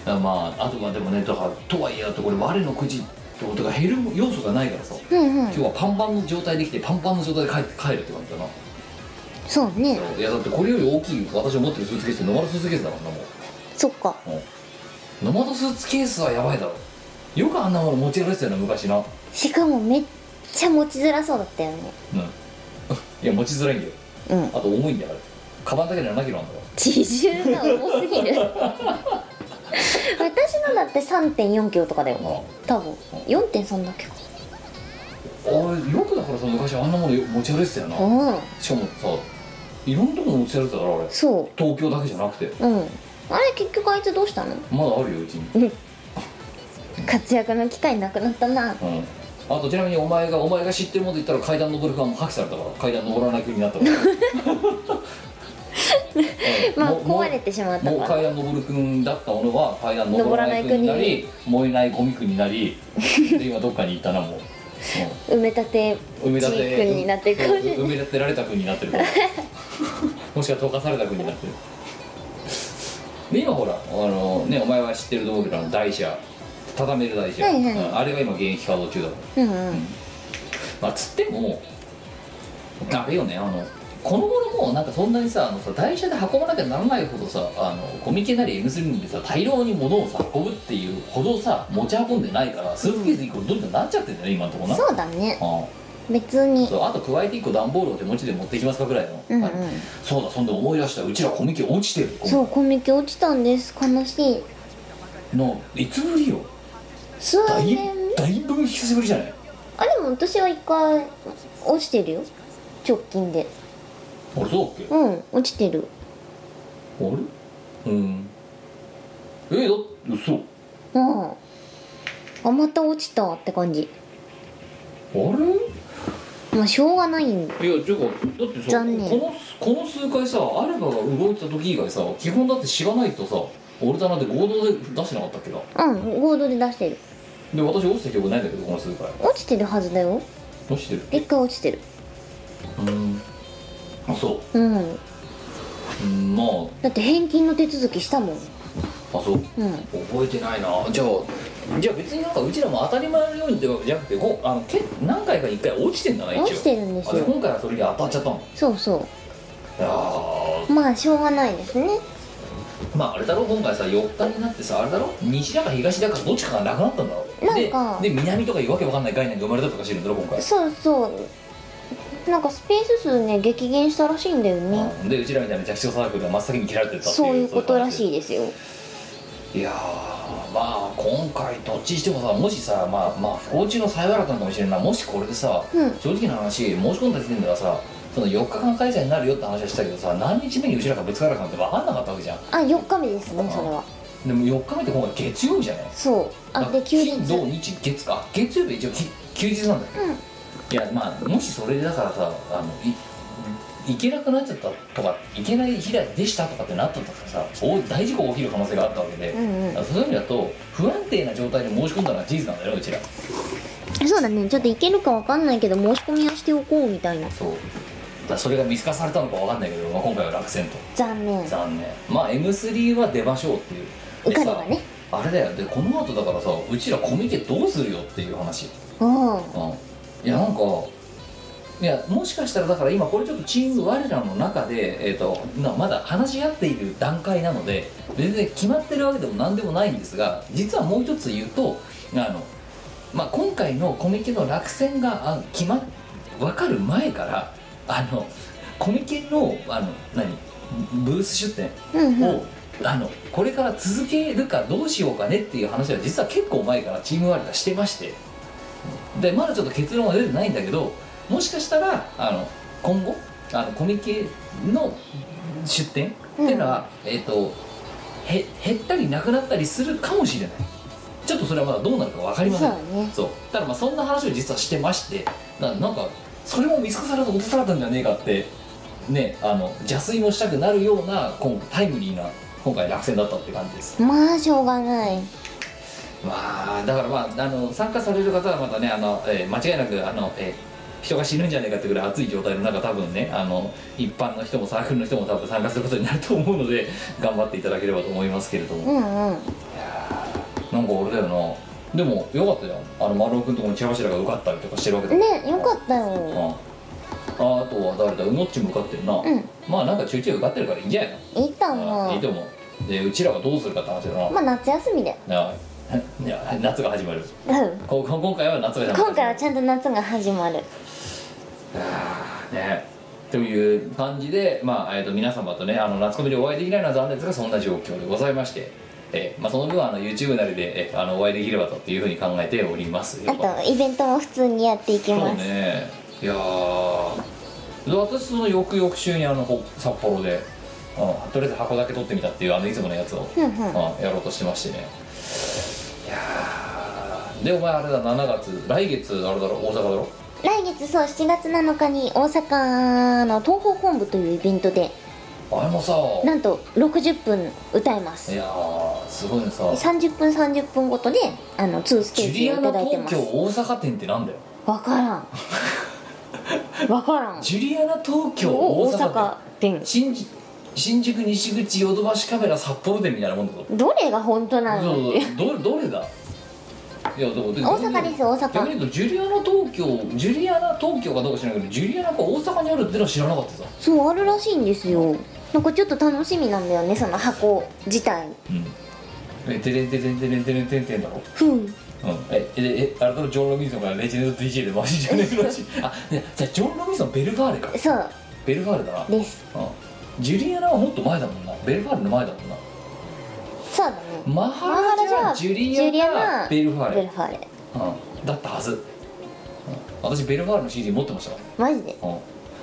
A: らまああとはでもねだからとはいえだってこれ我のくじってことが減る要素がないからさ
B: うんうん
A: 今日はパンパンの状態できてパンパンの状態で帰って帰るって感じだな
B: そうね
A: いやだってこれより大きい私が持ってるスーツケースってノマルスーツケースだからなもう
B: そっか
A: うんノマドスーツケースはやばいだろよくあんなもの持ち歩いてたよな昔 [LAUGHS] な
B: しかもめっちゃ持ちづらそうだったよね
A: うんいや持ちづらいんだよ
B: うん
A: あと重いんだよあれカバンだけで7キロあんだろ
B: 自重が重す
A: [LAUGHS]
B: ぎる私のだって3 4キロとかだよ多分4.3だっけか
A: あれよくだからさ昔あんなもの持ち歩いてたよな
B: うん
A: しかもさいろんなとこ持ち歩いてたから俺
B: そ
A: 東京だけじゃなくて
B: ううんあれ結局あいつどうしたの
A: まだあるようちに
B: 活躍の機会なくなった
A: う
B: な
A: んあとちなみにお前がお前が知ってるもんと言ったら階段登るかも破棄されたから階段登らない国にな
B: [LAUGHS]
A: ったからうん
B: まあ
A: ももう
B: 壊れてしまった
A: もう
B: か
A: 階
B: ら
A: 段登る君だった俺は階段登らない君になり燃えないゴミ君にな
B: [LAUGHS]
A: りで今どっかに行ったなもう、
B: 埋め立て
A: うん埋め立
B: 地
A: て
B: 域君になってるかもしれない
A: うん埋め立てられた君になってる
B: [LAUGHS]
A: からもしくは溶かされた君になってるで今ほらあの、ね、お前は知ってると思うけどあの台車畳める台車、
B: はいはい
A: うんあれが今現役稼働中だから
B: うんうん
A: まあつってもあれよねあのこの頃もうなんかそんなにさあのさ台車で運ばなきゃならないほどさあのコミケなり M スリムでさ大量に物をさ運ぶっていうほどさ持ち運んでないからスーツケース1個どんどんなっちゃってんだよね今のところな
B: そうだね
A: あ
B: 別
A: あ
B: に
A: そうあと加えて1個段ボールを手持ちで持ってきますかぐらいの、
B: うんう
A: はい
B: ん
A: そうだそんで思い出したうちらコミケ落ちてる
B: そうコミケ落ちたんです悲しい
A: のいつぶりよ
B: 数
A: だい
B: 年
A: だいぶ久しぶりじゃない
B: あでも私は一回落ちてるよ直近で
A: 俺そうだっけ
B: うん落ちてる
A: あれうんえー、だって嘘
B: うんあまた落ちたって感じ
A: あれ
B: まあしょうがないんだ
A: いやていうかだってさ
B: 残念
A: このこの数回さアルバが動いた時以外さ基本だって知らないとさ俺だなんて合同で出してなかったっけな
B: うん合同で出してる
A: で私落ちた記憶ないんだけどこの数回
B: 落ちてるはずだよ
A: 落ちてる
B: 一回落ちてる
A: うんあそ
B: うん
A: ううんまあ
B: だって返金の手続きしたもん
A: あそう
B: うん
A: 覚えてないなじゃあじゃあ別になんかうちらも当たり前のようにではじゃなくてこうあのけ何回かに1回落ちてんだな一応
B: 落ちてるんです
A: あで
B: よ
A: 今回はそれに当たっちゃったの
B: そうそ
A: いやー
B: うまあしょうがないですね
A: まああれだろ今回さ4日になってさあれだろ西だか東だかどっちかがなくなったんだろ
B: なんか
A: でで南とかいうわけわかんない概念が生まれたとかしてるんだろ今回、
B: そうそうなんかスペース数ね激減したらしいんだよね
A: うんでうちらみたいな弱小サークルが真っ先に切られてったっていう
B: そういうことらし
A: い
B: いですよ
A: いやーまあ今回どっちにしてもさもしさまあまあ不幸中の幸いだったのかもしれんないもしこれでさ、
B: うん
A: 正直な話申し込んだ時点ではさその4日間開催になるよって話はしたけどさ何日目にうちらがぶつかるかなんて分かんなかったわけじゃん
B: あ4日目ですねそれは
A: でも4日目って今回月曜日じゃない
B: そうあで休日
A: 金土日月か月曜日一応き休日なんだけど、
B: うん
A: いやまあもしそれでだからさあのい行けなくなっちゃったとか行けない日でしたとかってなったとかさお大事故が起きる可能性があったわけで、
B: うん
A: そういう意味だと不安定な状態で申し込んだのは事実なんだようちら
B: うんそうだねちょっといけるかわかんないけど申し込みはしておこうみたいな
A: そうだからそれが見透かされたのかわかんないけど、まあ、今回は落選と
B: 残念
A: 残念まあ M3 は出ましょうっていう
B: 受かれ
A: で
B: ば
A: さ
B: ね
A: あれだよでこの後だからさうちらコミケどうするよっていう話
B: うん
A: うんいやなんかいやもしかしたらだから今これちょっとチーム我らの中で、えー、となまだ話し合っている段階なので全然決まってるわけでも何でもないんですが実はもう一つ言うとあの、まあ、今回のコミケの落選があ決ま分かる前からあのコミケのあの何ブース出店
B: うんうん
A: を、あのこれから続けるかどうしようかねっていう話は実は結構前からチームワールドしてましてでまだちょっと結論は出てないんだけどもしかしたらあの今後あのコミケの出店っていうのは、えっ、とへ減ったりなくなったりするかもしれないちょっとそれはまだどうなるか分かりま
B: そ
A: せ
B: うんだね
A: そうただまあそんな話を実はしてましてななんかそれも見透かされた落とされたんじゃねえかってねあの邪推もしたくなるような今タイムリーな今回落選だったって感じです
B: まあしょうがない
A: まあだからまああの参加される方はまたねあの、えー間違いなくあの、えー人が死ぬんじゃねえかってぐらい熱い状態の中多分ねあの一般の人もサークルの人も多分参加することになると思うので頑張っていただければと思いますけれども、
B: うんうん
A: なんか俺だよなでもよかったじゃんあの丸尾君とこの千葉柱が受かったりとかしてるわけだから
B: ねよかったよ
A: ああとは誰だうのっちも受かってるな、
B: うん
A: まあなんかちょいちょい受かってるからいいんじゃない
B: いいと
A: の、
B: 思
A: いいうと思うでうちらはどうするかって話だな、
B: まあ夏休みで
A: な夏が始まる
B: うん
A: ここ今回は夏が始まる
B: 今回はちゃんと夏が始まる
A: あーねという感じで、まあえー、と皆様とねあの夏コミでお会いできないのは残念ですがそんな状況でございまして、えーまあ、その分はあの YouTube なりで、えーあのお会いできればというふうに考えております
B: あとイベントも普通にやっていき
A: そう
B: ます、
A: ねいやーで私その翌々週にあのほ札幌で、うん、とりあえず箱だけ取ってみたっていうあのいつものやつを、
B: ふん
A: うん
B: ふん
A: やろうとしてましてねいやーでお前あれだ7月来月あれだろ大阪だろ
B: 来月そう7月7日に大阪の東方本部というイベントで
A: あれもさ
B: なんと60分歌います
A: いやーすごいのさ
B: 30分30分ごとであの2ス
A: ジ
B: テ
A: ュ
B: ージ
A: リ
B: を
A: ア
B: い
A: ナ
B: ただいて
A: 東
B: ま
A: 京
B: す
A: 大阪店ってなんだよ
B: わからん
A: [LAUGHS]
B: わからん
A: ジュリアナ東京
B: 大
A: 大阪
B: 阪店
A: 店新宿新宿西口ヨドバシカメラ札幌店みたいなもんだぞ
B: どれが本当な
A: そ
B: の
A: うそうどれどれだいやでもでも
B: 大阪です大阪
A: 逆に言うとジュリアナ東京ジュリアナ東京かどうか知らないけどジュリアナが大阪にあるってのは知らなかったさ、
B: そうあるらしいんですよなんかちょっと楽しみなんだよねその箱自体
A: うん、えてれんてれんてれんてれんてんてんだろ
B: ふん
A: うん、えええあれだろジョン・ロビンソンからレジェンド DJ でマジじゃねえらしいあねじゃあジョン・ロビンソンベルファーレか
B: そう
A: ベルファーレだな、
B: です
A: うん、ジュリアナはもっと前だもんなベルファーレの前だもんな
B: そうだね
A: マ
B: マハ
A: ハラ
B: ラ
A: ジ
B: ジ
A: ャ
B: ャ
A: ジュリアナベルファーレ
B: ベルファーレ
A: うん、だったはず、うん、私ベルファーレの CD 持ってましたから
B: マジで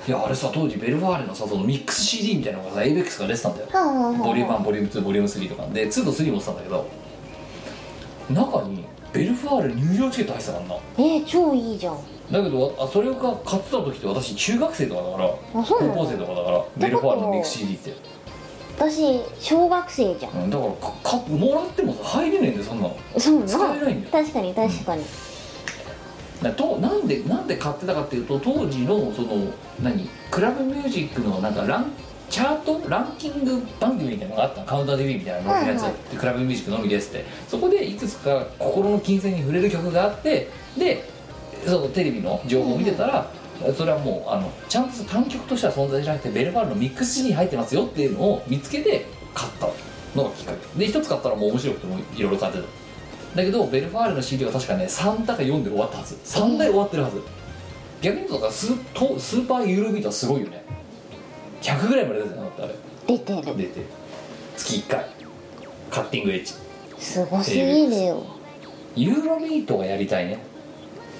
A: いやあれさ当時ベルファーレのさそのミックス CD みたいなのがさ ABEX から出てたんだよ
B: はあはあはあ
A: ボリューム1ボリューム2ボリューム3とかで2と3持ってたんだけど中にベルファーレ入場チケット入ってたからな
B: えー、超いいじゃん
A: だけどあそれが買ってた時って私中学生とかだから
B: あそうな
A: 高校生
B: の
A: とかだからベルファーレのミックス CD って、
B: 私小学生じゃ
A: うん、だからかかもらってもさ入れねえんだよそんなの
B: んそうな
A: 使
B: の
A: えないんだよ
B: 確かに確かに
A: だとなんでなんで買ってたかっていうと当時のその何クラブミュージックのなんかランチャートランキング番組みたいなのがあったのカウンター TV みたいなののやつ、
B: はいは
A: でクラブミュージックのみですってそこでいくつか心の金銭に触れる曲があってでそのテレビの情報を見てたら、それはもうあのちゃんと単曲としては存在じゃなくてベルファールのミックス CD に入ってますよっていうのを見つけて買ったのがきっかけで一つ買ったらもう面白くてもいろいろ買ってただけどベルファールの CD は確かね3だか4で終わったはず3で終わってるはず逆に言うとだからスーとスーパーユーロビートはすごいよね100ぐらいまで出てなかったあれ
B: 出てる
A: 出て月1回カッティングエッジ
B: すごすぎるよ
A: ユーロビートがやりたいね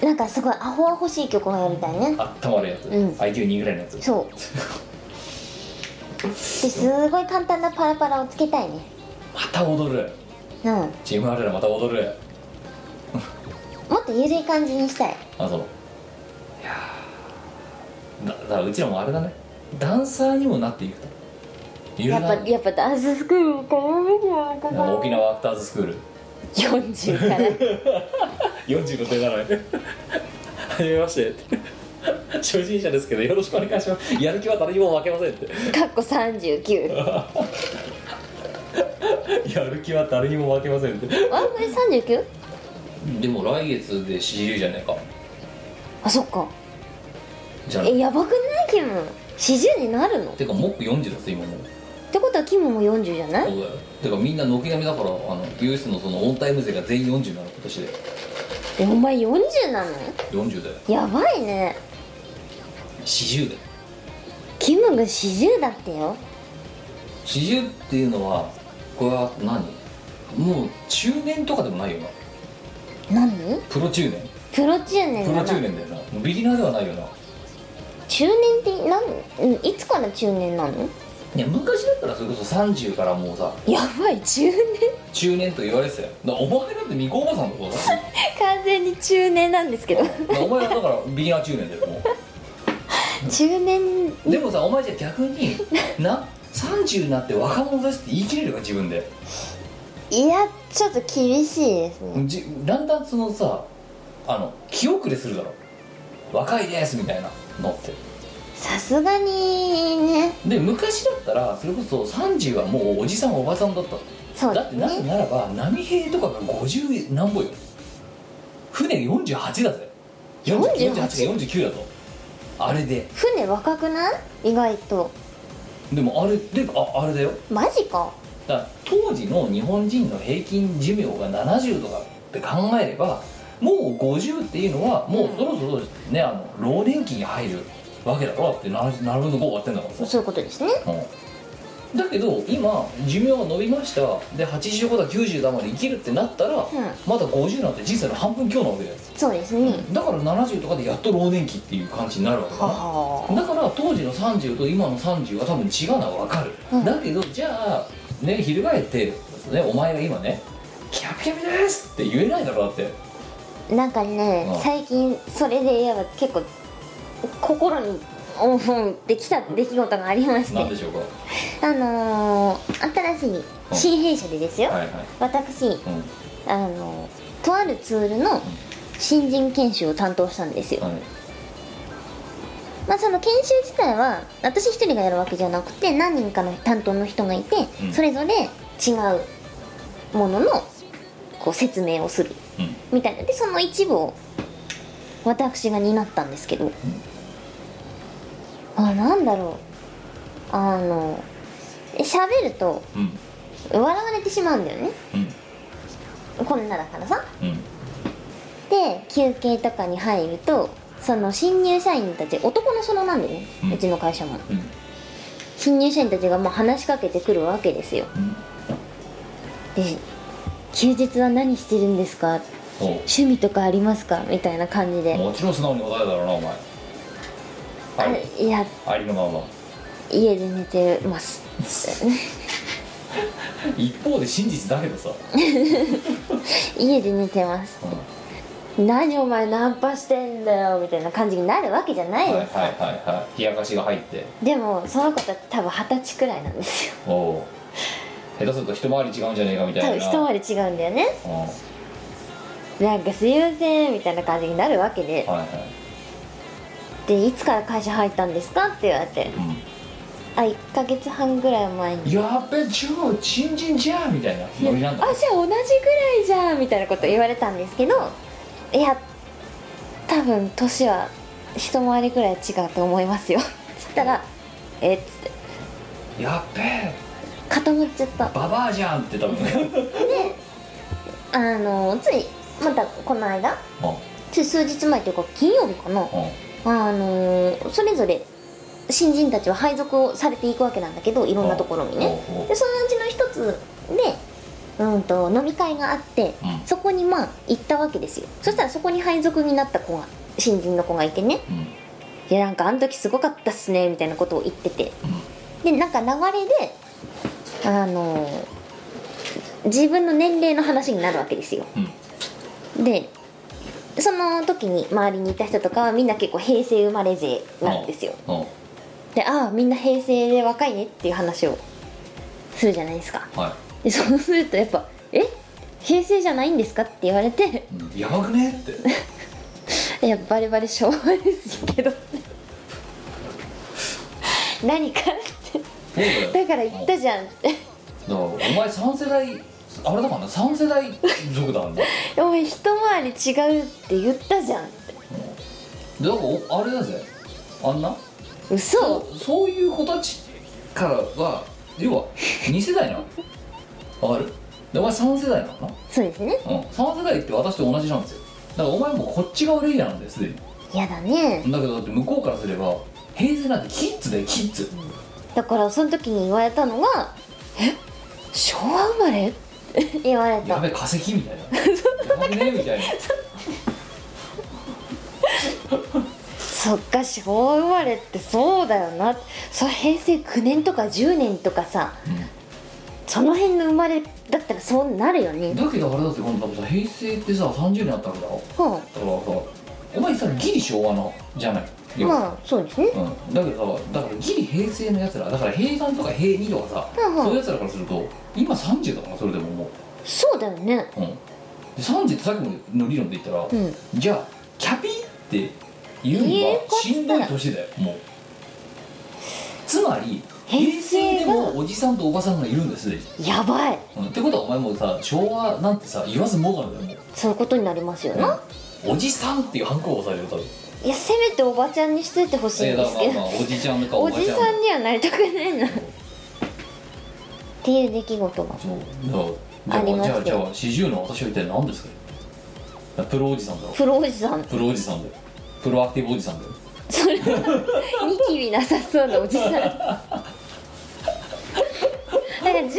B: なんかすごいアホアホしい曲がやりたいね
A: あったまるやつ、
B: うん
A: IQ2 ぐらいのやつ
B: そうですごい簡単なパラパラをつけたいね
A: また踊る
B: うん
A: チームアレラまた踊る
B: もっと緩い感じにしたい
A: あそういやーだだからうちらもあれだねダンサーにもなっていくとユー
B: やっ
A: ロ
B: ぱ
A: ダン
B: やっぱダンススクールから見てなか
A: あの
B: な
A: 沖縄アクターズスクール
B: 40から
A: 40の手習いはじめましてって初心者ですけどよろしくお願いしますやる気は誰にも負けませんって
B: かっこ39
A: やる気は誰にも負けませんって
B: あこれ 39?
A: でも来月で CU じゃねえか
B: あそっか
A: じゃあ
B: えやばくないキム40になるのって
A: かモック40だぞ今もう
B: てことはキムも40じゃない
A: そうだよてかみんな軒並みだからあの US のそのオンタイム勢が全員40なの今年で
B: えお前40なの
A: 40だよ
B: やばいね
A: 40だよ
B: キムが40だってよ
A: 40っていうのはこれは何もう中年とかでもないよな
B: 何
A: プロ中年
B: プロ中年
A: プ
B: だ
A: ロ
B: な
A: 中年だよなもうビギナーではないよな
B: 中年って何うんいつから中年なの
A: いや昔だったらそれこそ30からもうさ
B: やばい中年
A: 中年と言われてたよだからお前だってみこおばさんとかさ
B: 完全に中年なんですけど
A: だからお前はだからビギナー中年だよも
B: 中年
A: う [LAUGHS] でもさお前じゃ逆にな30になって若者ですって言い切れるか自分で
B: いやちょっと厳しいですね
A: じだんだんそのさあの気遅れするだろ若いですみたいなのって
B: さすがにね
A: で昔だったらそれこそ30はもうおじさんおばさんだった
B: そう
A: だってなぜ
B: ね
A: ならば波平とかが50何歩よ船48だぜ48か49だとあれで
B: 船若くない意外と
A: でもあれでああれだよ
B: マジか
A: だから当時の日本人の平均寿命が70とかって考えればもう50っていうのはもうそろそろね、あの老年期に入るわけだろだって7 7分の5終わってんだからさ
B: そういうことですね
A: うんだけど今寿命は伸びましたで85だ90だまで生きるってなったら、まだ50なんて人生の半分強なわけじゃないですか
B: そうですね
A: だから70とかでやっと老年期っていう感じになるわけだな
B: は
A: だから当時の30と今の30は多分違うのは分かる、
B: うん
A: だけどじゃあね翻って、ね、お前が今ね「キャピキャピです!」って言えないだろだって
B: あなんかね
A: うん
B: 最近それで言えば結構心にオンオンってきた出来事がありまし
A: なんで
B: て
A: しょうか
B: あのー新しい新弊社でですよ
A: はいはい、
B: 私
A: うん
B: あのとあるツールの新人研修を担当したんですよ、
A: はい
B: まあ、その研修自体は私一人がやるわけじゃなくて何人かの担当の人がいて、
A: うん
B: それぞれ違うもののこう説明をする
A: うん
B: みたいなでその一部を私が担ったんですけど、あなんだろうあの喋ると
A: うん
B: 笑われてしまうんだよね
A: うん
B: こんなだからさ
A: うん
B: で休憩とかに入るとその新入社員たち男の園なんでね、
A: う
B: うんちの会社も
A: うん
B: 新入社員たちがもう話しかけてくるわけですよ
A: うん
B: で休日は何してるんですか
A: おう
B: 趣味とかありますかみたいな感じで、
A: もちろん素直に答えだろうなお前
B: あ
A: はい
B: いや
A: ありのまま
B: 家で寝てます
A: 一方で真実だけどさ、
B: 家で寝てます
A: うん
B: 何お前ナンパしてんだよみたいな感じになるわけじゃな
A: はい
B: い
A: はい
B: ですか、
A: はいはい冷やかしが入って
B: でもその子たち多分二十歳くらいなんですよ
A: おおう下手すると一回り違うんじゃねえかみた
B: 多
A: い
B: 分
A: な
B: 一回り違うんだよね
A: うんは
B: なんかすいませんみたいな感じになるわけで
A: いはい
B: でいつから会社入ったんですかって言われて
A: う
B: あ1ヶ月半ぐらい前
A: ん、
B: に
A: やっべ超新人じゃんみたいな
B: あ
A: ノリなんだ
B: じゃあ同じぐらいじゃんみたいなこと言われたんですけどいや多分年は一回りぐらい違うと思いますよつったら「えっ?」つって
A: やっべえ
B: 固まっちゃった
A: ババアじゃんって多
B: [LAUGHS]
A: 分ね
B: あのついまたこの間
A: うん
B: つい数日前というか金曜日か
A: う
B: な
A: ん
B: あのーそれぞれ新人たちは配属をされていくわけなんだけどいろんなところにね
A: おうおう
B: でそのうちの一つでうんと飲み会があって、
A: うん
B: そこにまあ行ったわけですよそしたらそこに配属になった子が新人の子がいてね
A: うん
B: 「いやなんかあの時すごかったっすね」みたいなことを言っててでなんか流れであのー自分の年齢の話になるわけですよ
A: うん
B: でその時に周りにいた人とかはみんな結構平成生まれ勢なんですよ
A: うんうん
B: でああみんな平成で若いねっていう話をするじゃないですか
A: は
B: でそうするとやっぱ「え平成じゃないんですか?」って言われて [LAUGHS]
A: いうんやばくねって
B: 「いやバリバリ昭和ですけど何か?」って「だから言ったじゃん」って
A: だからお前三世代あれだからな三世代族だもんな
B: 「お前一回り違うって言ったじゃん」って
A: だからおあれだぜあんな
B: 嘘
A: そういう子たちからは要は2世代なのわかるでお前3世代なのかな
B: そうですね
A: うん、3世代って私と同じなんですよだからお前もこっちが悪いやなんですでに
B: やだね
A: だけどだって向こうからすれば平成なんてキッズだよキッズ
B: だからその時に言われたのが「え昭和生まれ?」って [LAUGHS] 言われ
A: や
B: た
A: べえ化石みたいなやばくねみたいな
B: そっか昭和生まれってそうだよなそれ平成9年とか10年とかさその辺の生まれだったらそうなるよね
A: だけどあれだって今度多分さ平成ってさ30年あったわけだろ
B: は
A: だからさお前さギリ昭和のじゃない
B: あまあそうですね
A: うん、だけどさだからギリ平成のやつらだから平安とか平二とかさ、
B: うんうん
A: そういうやつらからすると今30だからそれでもも
B: そうだよね
A: う、うん、で30ってさっきの理論で言ったら、
B: うん
A: じゃあキャピって言うの
B: 言え
A: は
B: るこっ
A: しんどい年だよもうつまり平
B: 平
A: 成
B: 成は
A: でもおじさんとおばさんがいるんですでに、
B: やばい
A: うんってことはお前もうさ昭和なんてさ言わずもがなだよも
B: そういうことになりますよ
A: う、
B: な、
A: うんおじさんっていうハンコを押される多分
B: いやせめておばちゃんにしといてほしい
A: え
B: ん
A: だ
B: で
A: から
B: す
A: ま
B: け
A: あま
B: ど
A: あおじちゃんかお
B: お
A: ば
B: じ
A: ちゃん
B: さんにはなりたくないなっていう出来事が
A: そうだから
B: ありま
A: じ
B: し
A: ゃ
B: た
A: あじゃあ四十の私は一体何ですかプロおじさんだろ
B: プロおじさん
A: プロおじさんだよプロアクティブおじさんだよ
B: それはニキビなさそうなおじさんだから純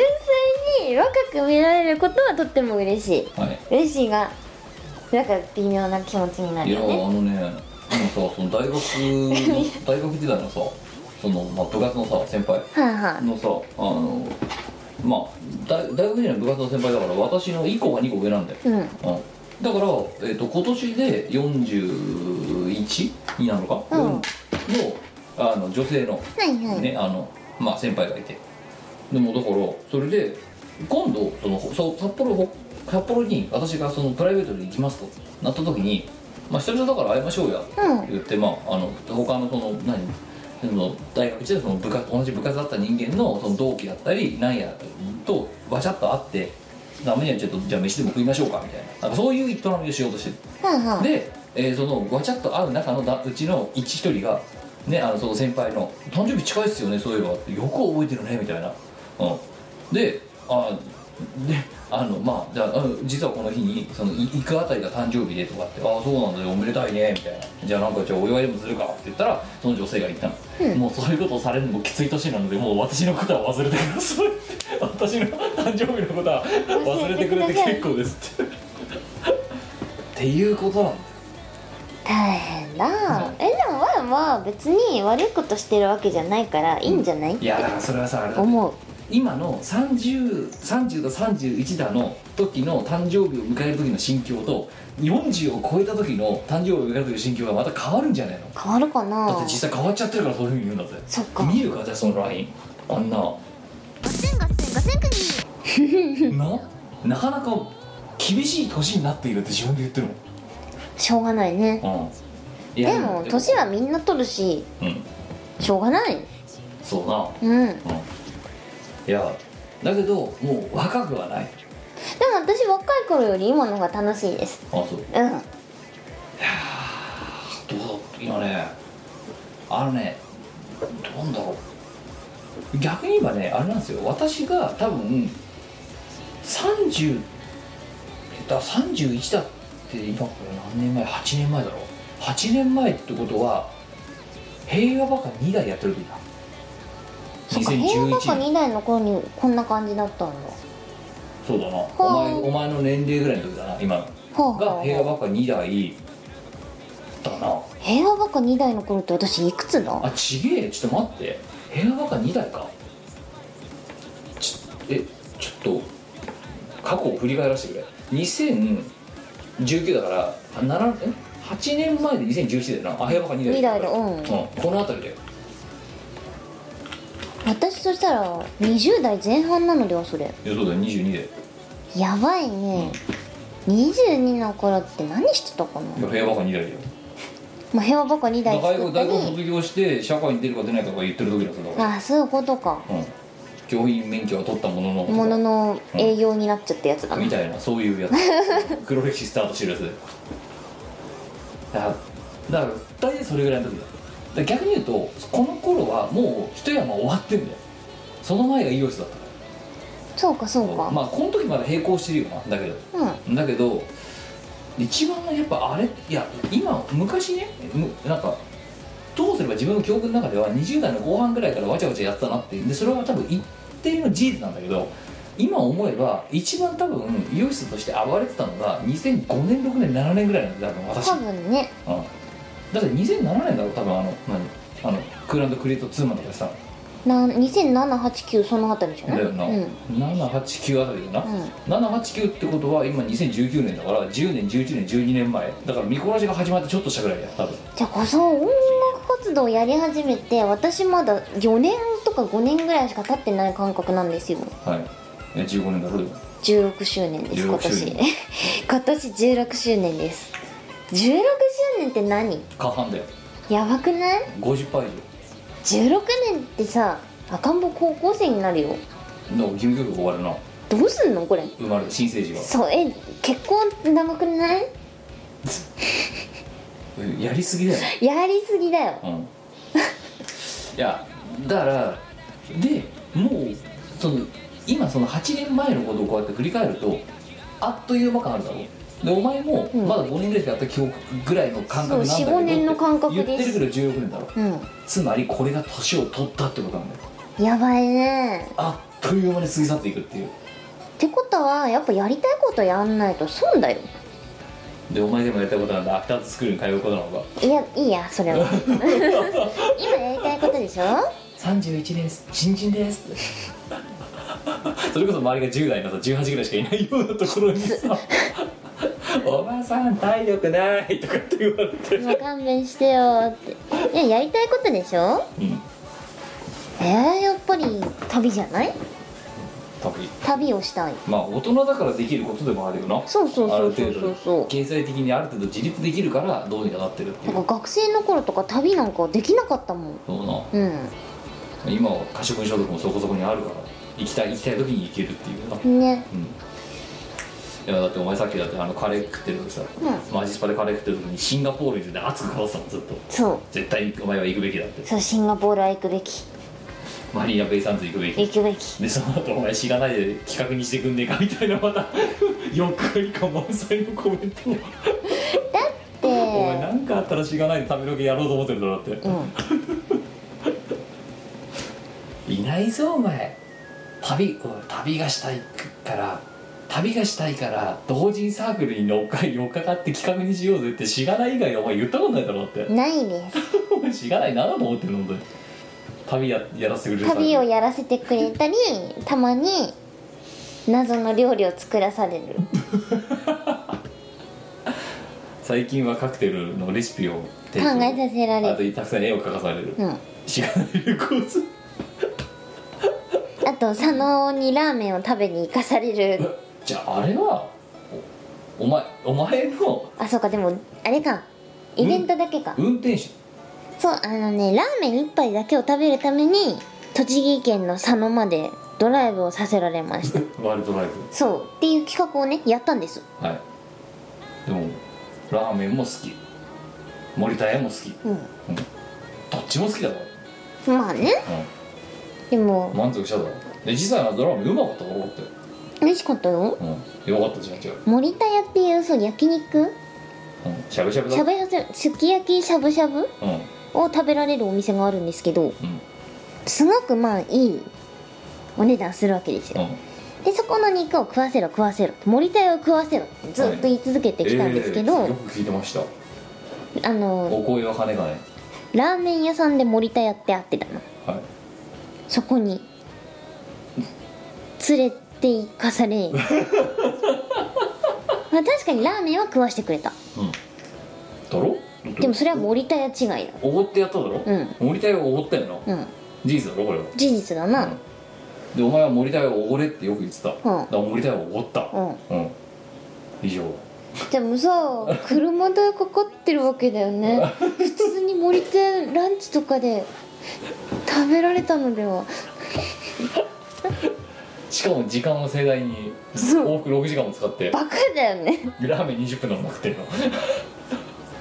B: 粋に若く見られることはとっても嬉しい
A: はい
B: 嬉しいがなんか微妙な気持ちにないる
A: やあ
B: よね
A: のねでもさその大学の大学時代のさその、まあ、部活のさ先輩
B: はいはい
A: のさあのまあ大大学時代の部活の先輩だから私の1個が2個上なんだよ、
B: うん
A: うん、だから、えっと今年で41になるのか、
B: うん
A: のあの女性の
B: はいはい、
A: ねあのまあ先輩がいてでもだからそれで今度そのそう札幌ほ札幌に私がそのプライベートで行きますとなった時にまあ久々だから会いましょうやって
B: うん
A: 言ってまああの他のその何その大学時代その部活同じ部活だった人間のその同期だったりなんやとわちゃっと会ってダメにはちょっとじゃあ飯でも食いましょうかみたいななんかそういう営みをしようとしてる
B: はいはい
A: で、えーそのガチャッと会う中のだうちの一人が、ね、あのその先輩の「誕生日近いっすよねそういえば」よく覚えてるね」みたいな、うん、であであのまあじゃああの実はこの日にそのい行くあたりが誕生日でとかって「ああそうなんだよおめでたいね」みたいな「じゃあなんかじゃあお祝いでもするか」って言ったらその女性が言ったの、
B: うん
A: もうそういうことをされるのもきつい年なのでもう私のことは忘れて [LAUGHS] ください私の誕生日のことは忘れてくれて結構ですってっていうことなんだ
B: 大変だ、
A: はい
B: えでもワンは別に悪いことしてるわけじゃないからいいんじゃない、
A: いやだからそれはさあれだ
B: 思う
A: 今の3030と31だの時の誕生日を迎える時の心境と40を超えた時の誕生日を迎える時の心境がまた変わるんじゃないの
B: 変わるかな
A: だって実際変わっちゃってるからそういうふうに言うんだぜ
B: そっか
A: 見えるかじゃあそのラインあんなななかなか厳しい年になっているって自分で言ってる
B: しょうがないね
A: もん、うん、いや
B: でも年はみんな取るし
A: うん
B: しょうがない
A: そうな
B: う
A: うん
B: ん
A: いやだけどもう若くはない
B: でも私若い頃より今の方が楽しいです
A: あそう
B: うん
A: どうだ今ねあのねどうなんだろう逆に言えばねあれなんですよ私が多分30だ31だって今これ何年前8年前だろ8年前ってことは平和バカ2台やってる時だ
B: そっか平和バカ
A: 2011年
B: 2代の頃にこんな感じだったんだ
A: そうだなお前お前の年齢ぐらいの時だな今の
B: ほう
A: が
B: ほ
A: 平
B: うほ
A: 和バカ2台だな
B: う平和バカ2代の頃って私いくつだ
A: あちげえちょっと待って部屋バカ2台かちょえちょっと過去を振り返らせてくれ2019だからあ7え8年前で2017だよなあ部屋バカ2台
B: 2代だうん
A: うんこの辺りだよ
B: 私そしたら20代前半なのではそれ
A: いやそうだよ22で
B: やばいね22の頃って何してたかな、
A: いや部屋バカ2台だよ
B: まあ、平和バカ2代
A: 大学
B: 作った
A: 大
B: り
A: 学卒業して社会に出るか出ないかとか言ってる時だっただから
B: ああそういうことか
A: うん教員免許は取ったものの
B: ものの営業になっちゃったやつだな
A: みたいなそういうやつ黒歴史スタートしてるやつでだだから大体それぐらいの時だだから逆に言うとこの頃はもう一山終わってんだよその前がイオシスだったか
B: そうかそう
A: ら
B: か、
A: まあこの時まだ並行してるよなだけど
B: うん
A: だけど一番やっぱあれいや今昔ねむなんかどうすれば自分の記憶の中では20代の後半ぐらいからわちゃわちゃやってたなってでそれは多分一定の事実なんだけど今思えば一番多分美容室として暴れてたのが2005年6年7年ぐらいなんだよ多分私、
B: 多
A: うん、だ
B: 分ね
A: って2007年だろ多分あの何あのクーランドクリエイト2までさ
B: な20789そのあたりじゃ
A: だ
B: ない
A: よな、
B: うん、うん、
A: 789あたりだな、789ってことは今2019年だから10年11年12年前だから見こらしが始まってちょっとしたぐらいだよ多分
B: じゃあこそ音楽活動やり始めて私まだ4年とか5年ぐらいしか経ってない感覚なんですよ
A: はいえ15年だろでも
B: 16周年です今
A: 16周
B: 年 [LAUGHS]
A: 年
B: 今年16周年です16周年って何
A: 過半だよ
B: やばくない
A: 50杯以
B: 16年ってさ赤ん坊高校生になるよ
A: 上だから義務教育終わるな
B: どうすんのこれ
A: 生まれた新生児が
B: そうえ結婚長くない
A: えやりすぎだよ
B: やりすぎだよ
A: うんいやだからでもうその今間その8年前のことをこうやって振り返るとあっという間感あるだろうでお前も
B: うん
A: まだ5年ぐらいでやった記憶ぐらいの感覚なんだけど
B: そう4-5年の感覚
A: 言って
B: です
A: るけど16年だろ
B: う
A: つまりこれが年を取ったってことなんだよ
B: んやばいね
A: あっという間に過ぎ去っていくっていう
B: ってことはやっぱやりたいことやんないと損だよ
A: でお前でもやったことなんだアフターズスクールに通うことなのか
B: いやいいやそれは
A: [LAUGHS]
B: 今やりたいことでしょ
A: 31です新人です [LAUGHS] それこそ周りが10代のさ18ぐらいしかいないようなところに [LAUGHS] さ「おばさん体力ない」とかって言われて
B: もう勘弁してよっていややりたいことでしょ
A: うん
B: えー、やっぱり旅じゃない
A: 多分
B: 旅をしたい
A: まあ大人だからできることでもあるよな
B: そうそうそうそう
A: ある
B: そう
A: 程
B: そ
A: 度経済的にある程度自立できるからどうにかなってるっ
B: う
A: てい
B: だ
A: う
B: から学生の頃とか旅なんかできなかったもん
A: そうな
B: う
A: 今は可処分所得もそこそこにあるから行きたい行きたい時に行けるっていうな、
B: んね
A: うん、いやだってお前さっきだってあのカレー食ってる時さ、
B: う
A: マジスパでカレー食ってる時にシンガポールについて熱く語ってたのずっと
B: そう
A: 絶対お前は行くべきだって
B: そうシンガポールは行くべき
A: マリーナ・ベイ・サンズ行くべき
B: 行くべき
A: でその後お前知らないで企画にしてくんねえかみたいなまた欲張り感満載のコメントをお前
B: で
A: なんかあったらしがないで食べロケやろうと思ってるだろだっ
B: うん
A: ていないぞお前旅おい旅がしたいから旅がしたいから同人サークルに乗っか乗っかかって企画にしようぜってしがない以外お前言ったことないだろだって
B: ないです
A: お前しがないならと思ってるので旅ややらせてくれるサークル
B: 旅をやらせてくれたりたまに謎の料理を作らされる
A: 最近はカクテルのレシピを
B: 考え
A: 提供
B: させら
A: あ
B: れ
A: と
B: る、
A: たくさん絵を描かされる
B: うん、あ
A: しがない旅行図
B: と佐野にラーメンを食べに行かされる
A: じゃああれはおお前お前の
B: あそうかでもあれかイベントだけか
A: 運転手
B: そうあのねラーメン一杯だけを食べるために栃木県の佐野までドライブをさせられました
A: ワールドライ
B: そうっていう企画をねやったんです
A: ブはいでもラーメンも好き森田屋も好き
B: うん
A: どっちも好きだから、
B: まあねで
A: う
B: も
A: ん、満足しただろで実際はドラーメンうまかったから俺って、
B: 美味しかったよ
A: うん、よかったじゃん違う、
B: 森田屋っていうそう焼肉
A: うん、しゃぶしゃぶだ
B: しゃぶしゃぶすき焼きしゃぶしゃぶ
A: うんうん
B: を食べられるお店があるんですけどすごくまあいいお値段するわけです
A: う
B: よ
A: ん
B: でそこの肉を食わせろ食わせろ森田屋を食わせろってずっと言い続けてきたんですけ
A: え
B: ど、
A: ーよく聞いてました
B: あの
A: お声は金がね
B: ラーメン屋さんで森田屋ってあってたの
A: はい
B: そこに連れて行かさ [LAUGHS] れまあ確かにラーメンは食わしてくれた
A: うんだろ
B: でもそれは森田屋違いだ
A: おごってやっただろ、
B: うん
A: 森田屋をおごったよな、
B: うん
A: 事実だろこれは
B: 事実だな
A: うんでお前は森田屋をおごれってよく言ってた、だから森田屋をおごった
B: うん
A: うん、以上
B: でもさ車代かかってるわけだよね普通に森でランチとかで食べられたのでは
A: しかも時間を盛大に
B: そう
A: 往復6時間も使って
B: バカだよね
A: ラーメン20分なの食ってるの
B: [LAUGHS]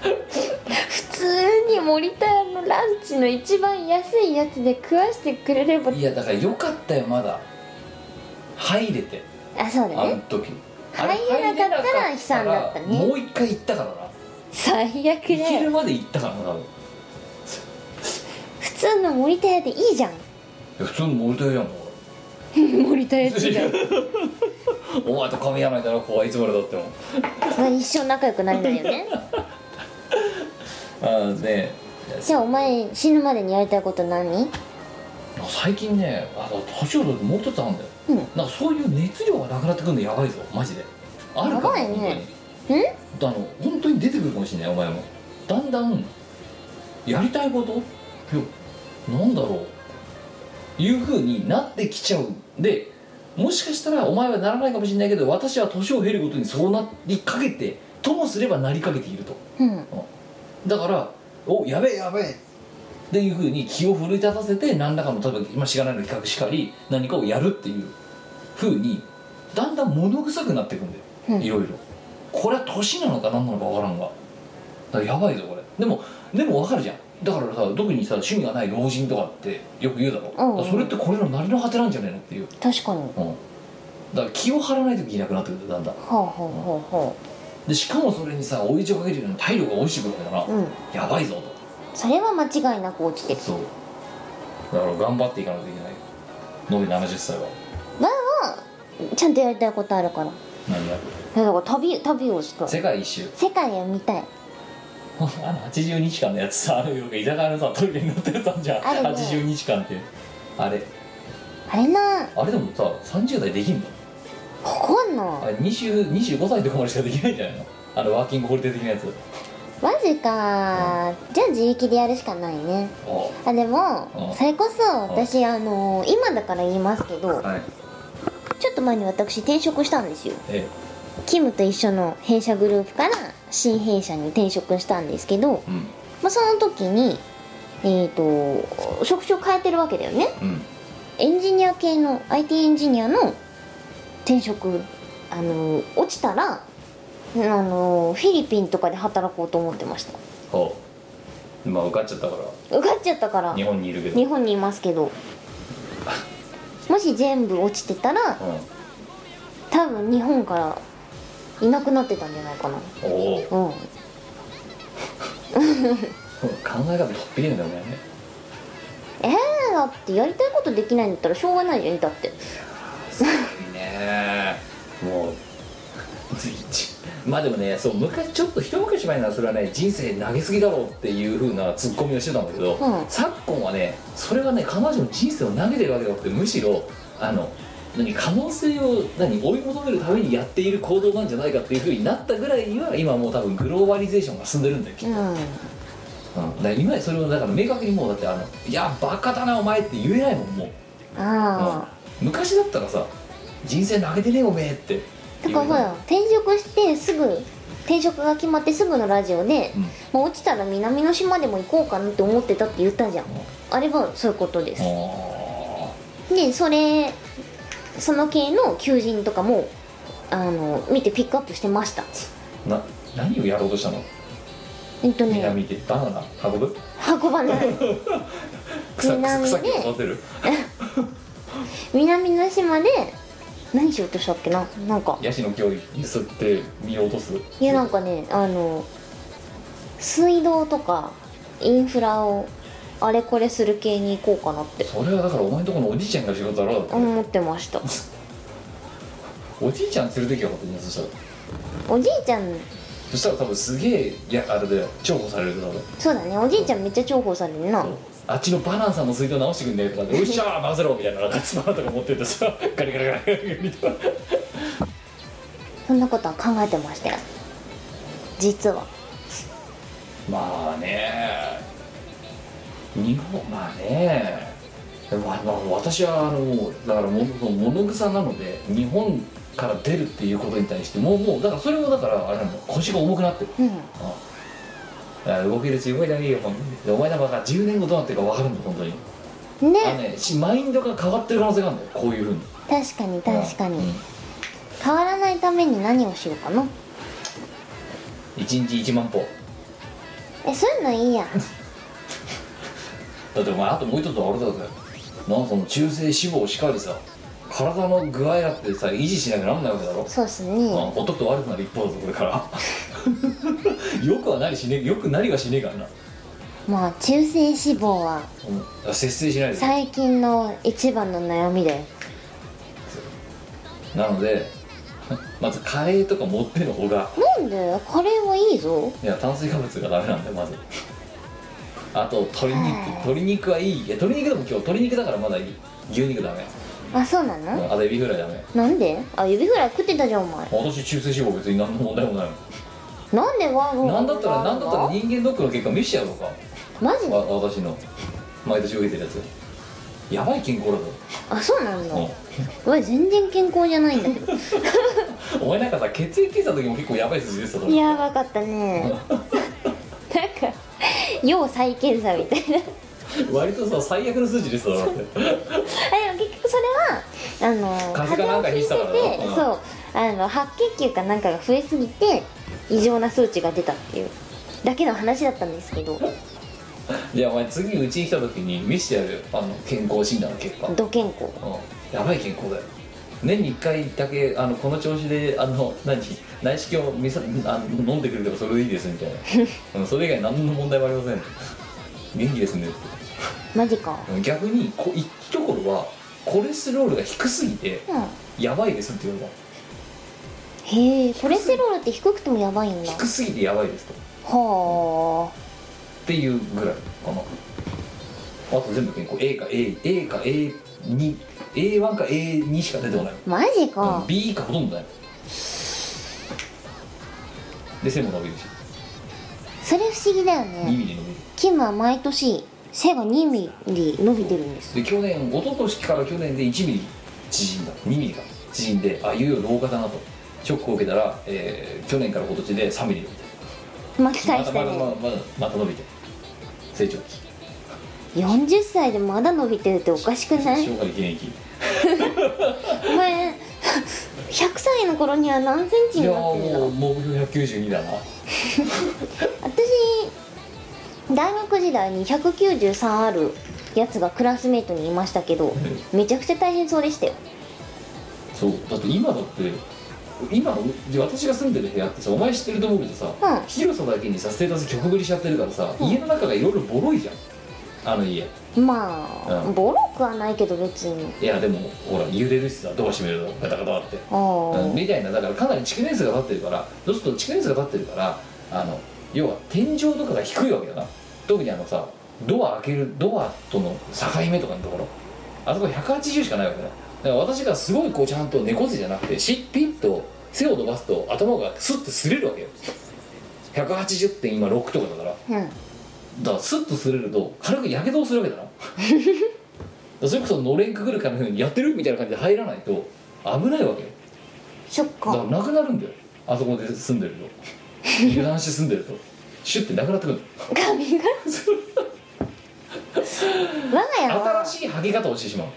B: 普通に森田屋のランチの一番安いやつで食わしてくれれば
A: いやだからよかったよまだ入れて
B: あそうだ
A: あの
B: ね
A: 時
B: 入れなかったら悲惨だったね
A: あれ入れなかったらもう一回行ったからな
B: 最悪だ
A: 行ける
B: よ
A: まで行ったからな多分い
B: 普通の森田屋でいい
A: [LAUGHS]
B: じゃん
A: や普通の森田屋じゃんも
B: 森田屋違う
A: う [LAUGHS] お前と神山だろ子はいつまでだっても
B: まあ一生仲良くなれない
A: [LAUGHS]
B: よね
A: ああね
B: じゃあお前死ぬまでにやりたいこと何
A: 最近ねあの年を取ってもう一つあるんだよ、
B: うん
A: なんかそういう熱量がなくなってくるのやばいぞマジであるから
B: やばいね
A: 本当にあの本当に出てくるかもしれないお前もだんだんやりたいこといやなんだろういうふうになってきちゃうでもしかしたらお前はならないかもしれないけど私は年を経るごとにそうなりかけてともすればなりかけていると
B: うん
A: だから「おやべえやべえ」っていうふうに気を奮い立たせて何らかの例えば今しがないの企画しかり何かをやるっていうふうにだんだん物臭くなっていくんだよ、
B: うん
A: いろいろこれは年なのか何なのか分からんがだからやばいぞこれでもでも分かるじゃんだからさ特にさ趣味がない老人とかってよく言うだろ、
B: うんうん
A: だからそれってこれのなりの果てなんじゃねえのっていう、
B: 確かに
A: うんだから気を張らないといけなくなってくるだんだん
B: ほうほうほうほ
A: でしかもそれにさ追い打ちをかけるような体力が落ちてくるから、
B: ううん
A: やばいぞ
B: それは間違いなく落ちて
A: と
B: る
A: そうだから頑張っていかないといけないよ延べ70歳は
B: ちゃんとやりたいことあるから
A: 何や
B: だから旅旅をしたい
A: 世界一周 [LAUGHS]
B: 世界を見たい
A: あの80日間のやつさあのよく居酒屋のさトイレに乗ってたんじゃん、
B: あるね
A: 80日間ってあれ
B: あれな
A: あれでもさ30代できんの
B: わかん
A: あ
B: ない
A: れ20 25歳とかまでしかできないんじゃないのあのワーキングホリデー的なやつあ
B: マジかじゃあ自力でやるしかないねあで
A: う
B: も
A: ん
B: それこそ私あのー今だから言いますけど
A: はい
B: ちょっと前に私転職したんですよ
A: え
B: キムと一緒の弊社グループから新弊社に転職したんですけど、
A: えうん
B: まあ、その時にえっ、と職種を変えてるわけだよね
A: うん
B: エンジニア系の IT エンジニアの転職あの落ちたらあのフィリピンとかで働こうと思ってました
A: ほうまあ受かっちゃったか
B: 受かっちゃったから
A: ら日本にいるけど
B: 日本にいますけどもし全部落ちてたら
A: う、
B: 多分日本からいなくなってたんじゃないかなん
A: おお
B: うん
A: 考え方とっぴりんだよね
B: えー、だってやりたいことできないんだったらしょうがないじゃんだって
A: すごいねもうついちまあでもねそう昔ちょっと一昔前ならそれはね人生投げすぎだろうっていう風なツッコミをしてたんだけど、
B: うん
A: 昨今はねそれはね彼女の人生を投げてるわけじゃなくてむしろあの何可能性を何追い求めるためにやっている行動なんじゃないかっていう風になったぐらいには今もう多分グローバリゼーションが進んでるんだよきっと
B: うん
A: うん、だから今やそれをだから明確にもうだってあの「いやバカだなお前」って言えないもんもう、
B: あ
A: うん昔だったらさ「人生投げてねえおめえ」って
B: あだからほら転職してすぐ転職が決まってすぐのラジオで、
A: うん
B: もう落ちたら南の島でも行こうかなって思ってたって言ったじゃんあれはそういうことです
A: あ
B: でそれその系の求人とかもあの見てピックアップしてました
A: ーな何をやろうとしたの
B: えっとね
A: 南でバナナ運ぶ [LAUGHS]
B: 運ばない
A: 草草
B: 南で
A: 草木を育てる
B: 南の島で何しようとしたっけななんか
A: ヤシの木を揺すって見落とす
B: いやなんかねあの水道とかインフラをあれこれする系に行こうかなって
A: それはだからお前んとこのおじいちゃんが仕事だろだって、
B: 思ってました
A: おじいちゃん連れてきゃよかったねそしたら
B: おじいちゃん
A: そしたら多分すげえいやあれだよ重宝されるだろ
B: そうだねおじいちゃんめっちゃ重宝されるな
A: あっちのバナナさんの水道直してくんねえとかで「よっしゃー任せろ」みたいなガツバナとか持ってってさガリガリガリガリガリとか
B: そんなことは考えてましたよ実は
A: まあね日本まあねでもまあまあ私はあのだからもうその物草なので日本から出るっていうことに対してもうもうだからそれもだからあれなんだ腰が重くなってる
B: うん
A: ああ動けるし動いたらいいよほんでお前なんかが10年後どうなってるか分かるんだ本当にあの
B: ね
A: ねしマインドが変わってる可能性があるんだよこういうふうに
B: 確かに確か
A: うん
B: に変わらないために何をしようかな
A: 1日1万歩
B: えそういうのいいや
A: だってお前あともう一つあれだぜなんかその中性脂肪しかりさ体の具合だってさ維持しなきゃなんないわけだろ、
B: そうっす
A: う
B: ね
A: ん、男と悪くなる一方だぞこれからよくはなりしねえよくなりはしねえからな、
B: まあ中性脂肪は
A: うん、だから節制しないで
B: 最近の一番の悩みだよ
A: なので [LAUGHS] まずカレーとか持っての方が
B: なんでカレーはいいぞ
A: いや炭水化物がダメなんだよまずあと鶏肉
B: はい
A: 鶏肉はいいいや鶏肉でも今日鶏肉だからまだいい牛肉ダメ
B: あそうな
A: う
B: の
A: んあとエビフライダメ
B: なんであ指フライ食ってたじゃんお前
A: 私中性脂肪別に何の問題もないもん
B: なんでワゴン
A: なんだったらなんだったら人間ドックの結果見せてやろうか
B: マジ
A: わ
B: で
A: 私の毎年受けてるやつやばい健康だぞ、
B: あそうな
A: う
B: の
A: ん
B: うわ全然健康じゃないん
A: [LAUGHS]
B: だけど
A: お前なんかさ血液検査の時も結構やばい数字出てたと思う
B: やばかったねなんか要再検査みたいな
A: 割とさ最悪の数字出てただろって
B: あでも結局それはあの
A: 風邪かなんかひいてたから
B: 風邪をひいてて
A: うん
B: そうあの白血球かなんかが増えすぎて異常な数値が出たっていうだけの話だったんですけど
A: じゃあお前次うちに来た時に見せてやるよあの健康診断の結果、うん
B: ど健康
A: やばい健康だよ年に1回だけあのこの調子であの何内視鏡を見さあの飲んでくれればそれでいいですみたい [LAUGHS] な、うん、それ以外何の問題もありません元気ですねって
B: マジか
A: うん逆にこ一ところはコレステロールが低すぎて
B: うん
A: やばいですって言われ
B: へえコレステロールって低くてもやばいんだ
A: た低すぎてやばいですと
B: は
A: っていうぐらいかなあと全部健康 A か A, A か A2A1 か A2 しか出てこない
B: あマジか
A: B かほとんどないで背も伸びるし
B: それ不思議だよ
A: 2
B: ね
A: ミリ伸びる
B: キムは毎年背が2ミリ伸びてるんです
A: で去年一昨年から去年で1ミリ縮んだ2ミリか縮んであいよいよ老化だなとショックを受けたら、えー去年から今年で3ミリ伸びて
B: 巻き
A: ま
B: 返
A: だ
B: して
A: まだまだ
B: ね
A: まだまた伸びて成長期
B: 40歳でまだ伸びてるっておかしくない
A: 消化できない期
B: お前100歳の頃には何センチ
A: い
B: に
A: やー
B: なってる
A: もう
B: の
A: 目標192だな
B: 私大学時代に193あるやつがクラスメートにいましたけどめちゃくちゃ大変そうでしたよ
A: そうだって今だって今う私が住んでる部屋ってさお前知ってると思うけどさ、
B: うん
A: 広さだけにさステータス曲ぶりしちゃってるからさ、
B: うん
A: 家の中がいろいろボロいじゃんあの家
B: まあ、
A: うん
B: ボロくはないけど別に
A: いやでもほら揺れるしさドア閉めるとガタガタって、
B: ああ、
A: うんみたいなだからかなり築年数が経ってるからそうすると築年数が経ってるからあの要は天井とかが低いわけだな特にあのさドア開けるドアとの境目とかのところあそこ180しかないわけだだから私がすごいこうちゃんと猫背じゃなくてしピッと背を伸ばすと頭がスッて擦れるわけよ180点今6とかだから
B: うん
A: だからスッと擦れると軽くやけどをするわけだなだからそれこそのれんくぐるかのようにやってるみたいな感じで入らないと危ないわけよ
B: そっ
A: だから
B: か
A: なくなるんだよあそこで住んでると油断して住んでるとシュッてなくなってくる
B: 髪が我が家
A: 新
B: は
A: しい剥げ方をしてしまう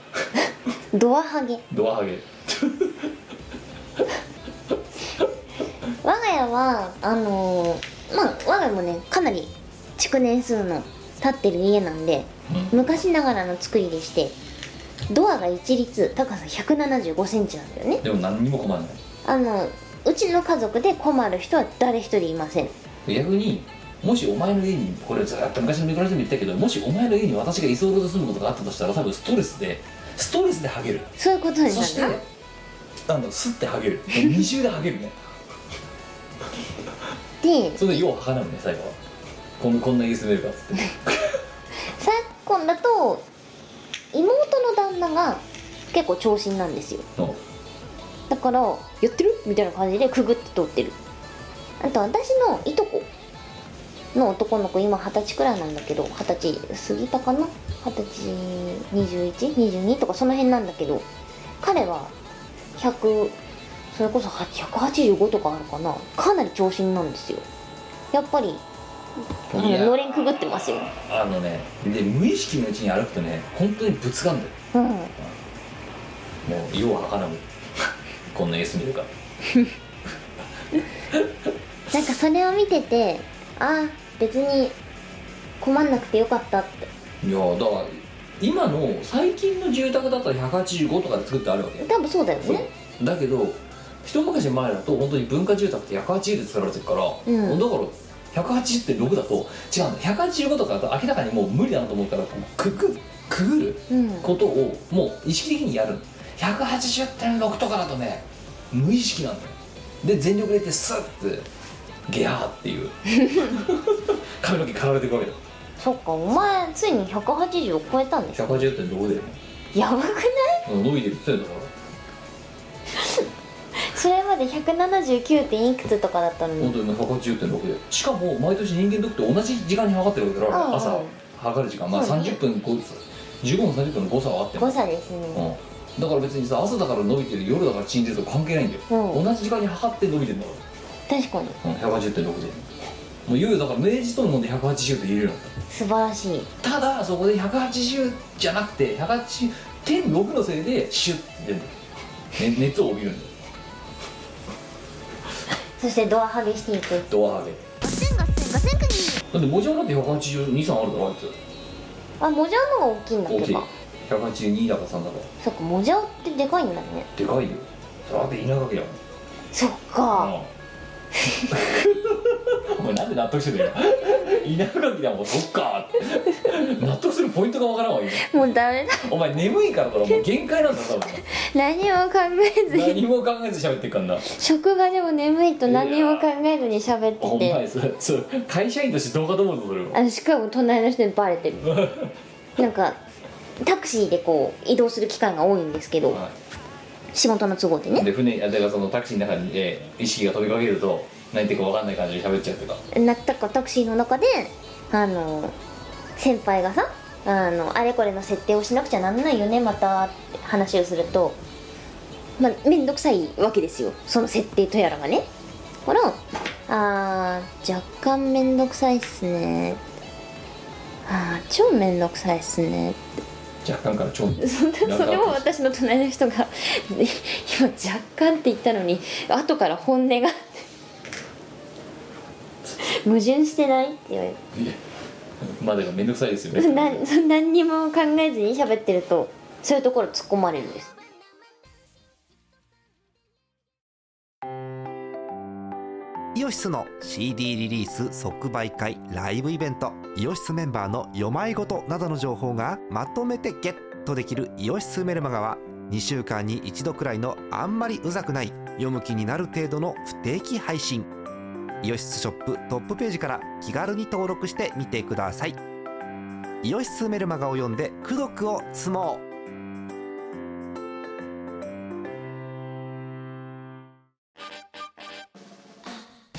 B: ドアハゲ
A: ドア剥げ
B: 我が家はあのーまあ我が家もねかなり築年数の経ってる家なんで昔ながらの作りでしてドアが一律高さ1 7 5センチなんだよね
A: でも何にも困らない
B: あのうちの家族で困る人は誰一人いません
A: 逆にもしお前の家にこれずっと昔のミコラジでも言ったけどもしお前の家に私が居候で住むことがあったとしたら多分ストレスでストレスで剥げる
B: そういうことに
A: そして
B: なる
A: あのスッて剥げる二重で剥げるね
B: で
A: それでようはかないもんね最後はこんこんな家住めるかっつって
B: [LAUGHS] 昨今だと妹の旦那が結構長身なんですよ
A: の
B: だから「やってる?」みたいな感じでくぐって通ってるあと私のいとこの男の子今二十歳くらいなんだけど二十歳過ぎたかな二十歳2122とかその辺なんだけど彼は100それこそ185とかあるかなかなり長身なんですよやっぱりあの
A: いやー
B: のれんくぐってますよ
A: あのねで無意識のうちに歩くとね本当にぶつかんだよ
B: うん
A: もうようはかないもんこんな家住めるか
B: なんかそれを見ててああ別に困んなくてよかったって
A: いやーだから今の最近の住宅だったら185とかで作ってあるわけよ
B: 多分そうだよね
A: だけど一昔前だと本当に文化住宅って180で作られてるから、
B: うん
A: だから180.6だと違うんだ185とかだと明らかにもう無理だなと思うからくぐくぐる
B: うん
A: ことをもう意識的にやる180.6とかだとね無意識なんだよで全力で入れてスッてゲアーっていう髪の毛刈られていくわけだ
B: そっかお前ついに180を超えたんでしょ
A: 180.6だよね
B: やばくない
A: うん伸びてるって言ってんだから
B: それまで179点いくつとかだったの
A: 本
B: に
A: 当に180.6でしかも毎年人間ドックと同じ時間に測ってるわけだか
B: うん
A: ら朝測る時間まあ
B: そうね
A: 30分こう15分30分の誤差はあっても
B: 誤差ですね
A: うん、だから別にさ朝だから伸びてる夜だから沈んでるとか関係ないんだよ、
B: うん
A: 同じ時間に測って伸びてるんだか
B: 確かに
A: ら、うん、180.6でもう言うよだから明治とのもんで180って言えるようになっ
B: 素晴らしい
A: たただそこで180じゃなくて180.6のせいでシュッて出るんだよ、ね、熱を帯びるんだよ
B: そしてドアハゲしていく
A: ドアハゲだって文字はだって182、3あるだろあいつ
B: あモジャのが大きいんだ
A: 大
B: け
A: きい
B: ど
A: 182だか3だか
B: そっかもじゃおってでかいんだね
A: でかいよそれだって稲垣だもん
B: そっか
A: うん [LAUGHS] お前なんで納得してるよ稲垣だもんそっか納得するポイントがわからんわ今
B: もうダメだ
A: お前眠いからだろもう限界なんだ多分
B: 何も考えずに
A: 何も考えず喋ってっからな
B: 職場でも眠いと何も考えずに喋って
A: お前
B: て
A: それそれ会社員としてどうかと思うぞそれは
B: あのしかも隣の人にバレてるなんかタクシーでこう移動する機会が多いんですけど
A: は
B: 仕事の都合で
A: い
B: ね
A: で船あだからそのタクシーの中に、えー意識が飛びかけると何言ってるかわかんない感じで喋っちゃうとか
B: なったかタクシーの中であの先輩がさあのあれこれの設定をしなくちゃなんないよねまたって話をするとまあ面倒くさいわけですよその設定とやらがねほらあー若干面倒くさいっすねあー超面倒くさいっすね
A: 若干から超
B: そんなそれを私の隣の人が今若干って言ったのに後から本音が矛盾してないって言われて。
A: までがめんどくさいですよね
B: な何にも考えずに喋ってるとそういうところ突っ込まれるんです
C: イオシスの CD リリース即売会ライブイベントイオシスメンバーの読まいごとなどの情報がまとめてゲットできる「イオシスメルマガ」は2週間に1度くらいのあんまりうざくない読む気になる程度の不定期配信イオシスショップトップページから気軽に登録してみてくださいイオシスメルマガを読んで「功徳を積もう」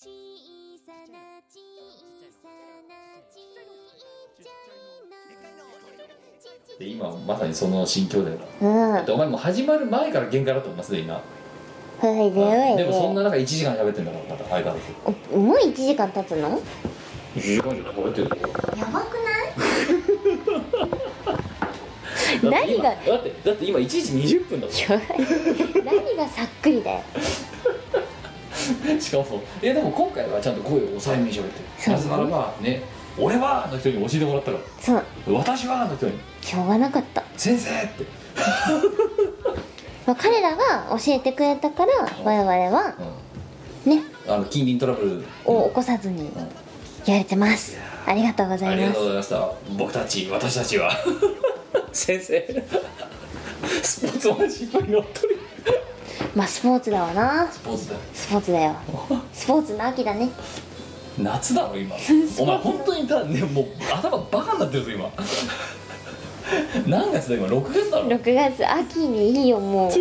D: 小さな小さなちっちゃいの
A: で今まさにその心境だよな
B: うんは
A: だってお前もう始まる前から限界だと思いますで今
B: いで
A: で
B: や
A: もそん
B: ば
A: ない中1時間喋ってんだからまた相変わらず
B: おもう1時間経つの
A: 1時間以上喋ってる
B: やばくない何が
A: だってだって今1時20分だもん
B: やばい [LAUGHS] 何がさっくりだよ
A: [LAUGHS] しかもえでも今回はちゃんと声を抑えめに喋って
B: そ
A: る
B: う
A: なぜならばね「俺は!」の人に教えてもらったか
B: そう
A: ら「私は!」の人に
B: しょうがなかった、
A: 「先生!」って
B: まあ、彼らが教えてくれたから我々は
A: う
B: ね
A: んあの近隣トラブル
B: を起こさずに
A: ん
B: やれてますありがとうござ
A: あ
B: い
A: りが
B: ま
A: と
B: す
A: うございました僕たち私たち [LAUGHS] は先生スポーツマンシップにのっとり
B: まあスポーツだわな
A: スポーツだよ
B: スポーツだよスポーツの秋だね
A: 夏だろ今お前本当にたねもう頭バカになってるぞ今何月だ今6月だろ
B: 6月秋にいいよもう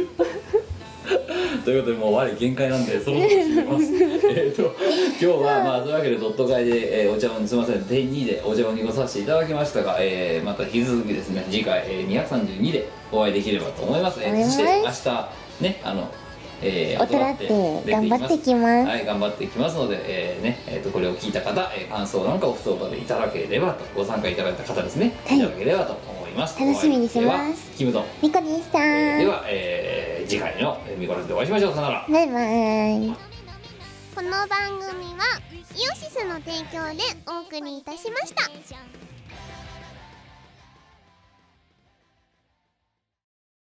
A: ということでもう我限界なん
B: [LAUGHS]
A: でそろそろ締めますえっと今日はまあというわけでドット会で、えーお茶碗すいません点2でお茶碗にごさせていただきましたが、えーまた引き続きですね次回、えー232でお会いできればと思います、え
B: お
A: ー
B: 願い
A: そして明日ねあのえー、
B: 大人って頑張ってきます
A: はい頑張っていきますので、えーねえー、とこれを聞いた方、えー感想なんかお不相談でいただければとご参加いただいた方ですね、
B: はい
A: いただければと思います
B: 楽しみにして
A: お
B: ます
A: 相手はキムと、
B: ニコでした
A: えーでは、えー次回の「ミコラジ」でお会いしましょうさよなら
B: バイバイ
D: この番組はイオシスの提供でお送りいたしました。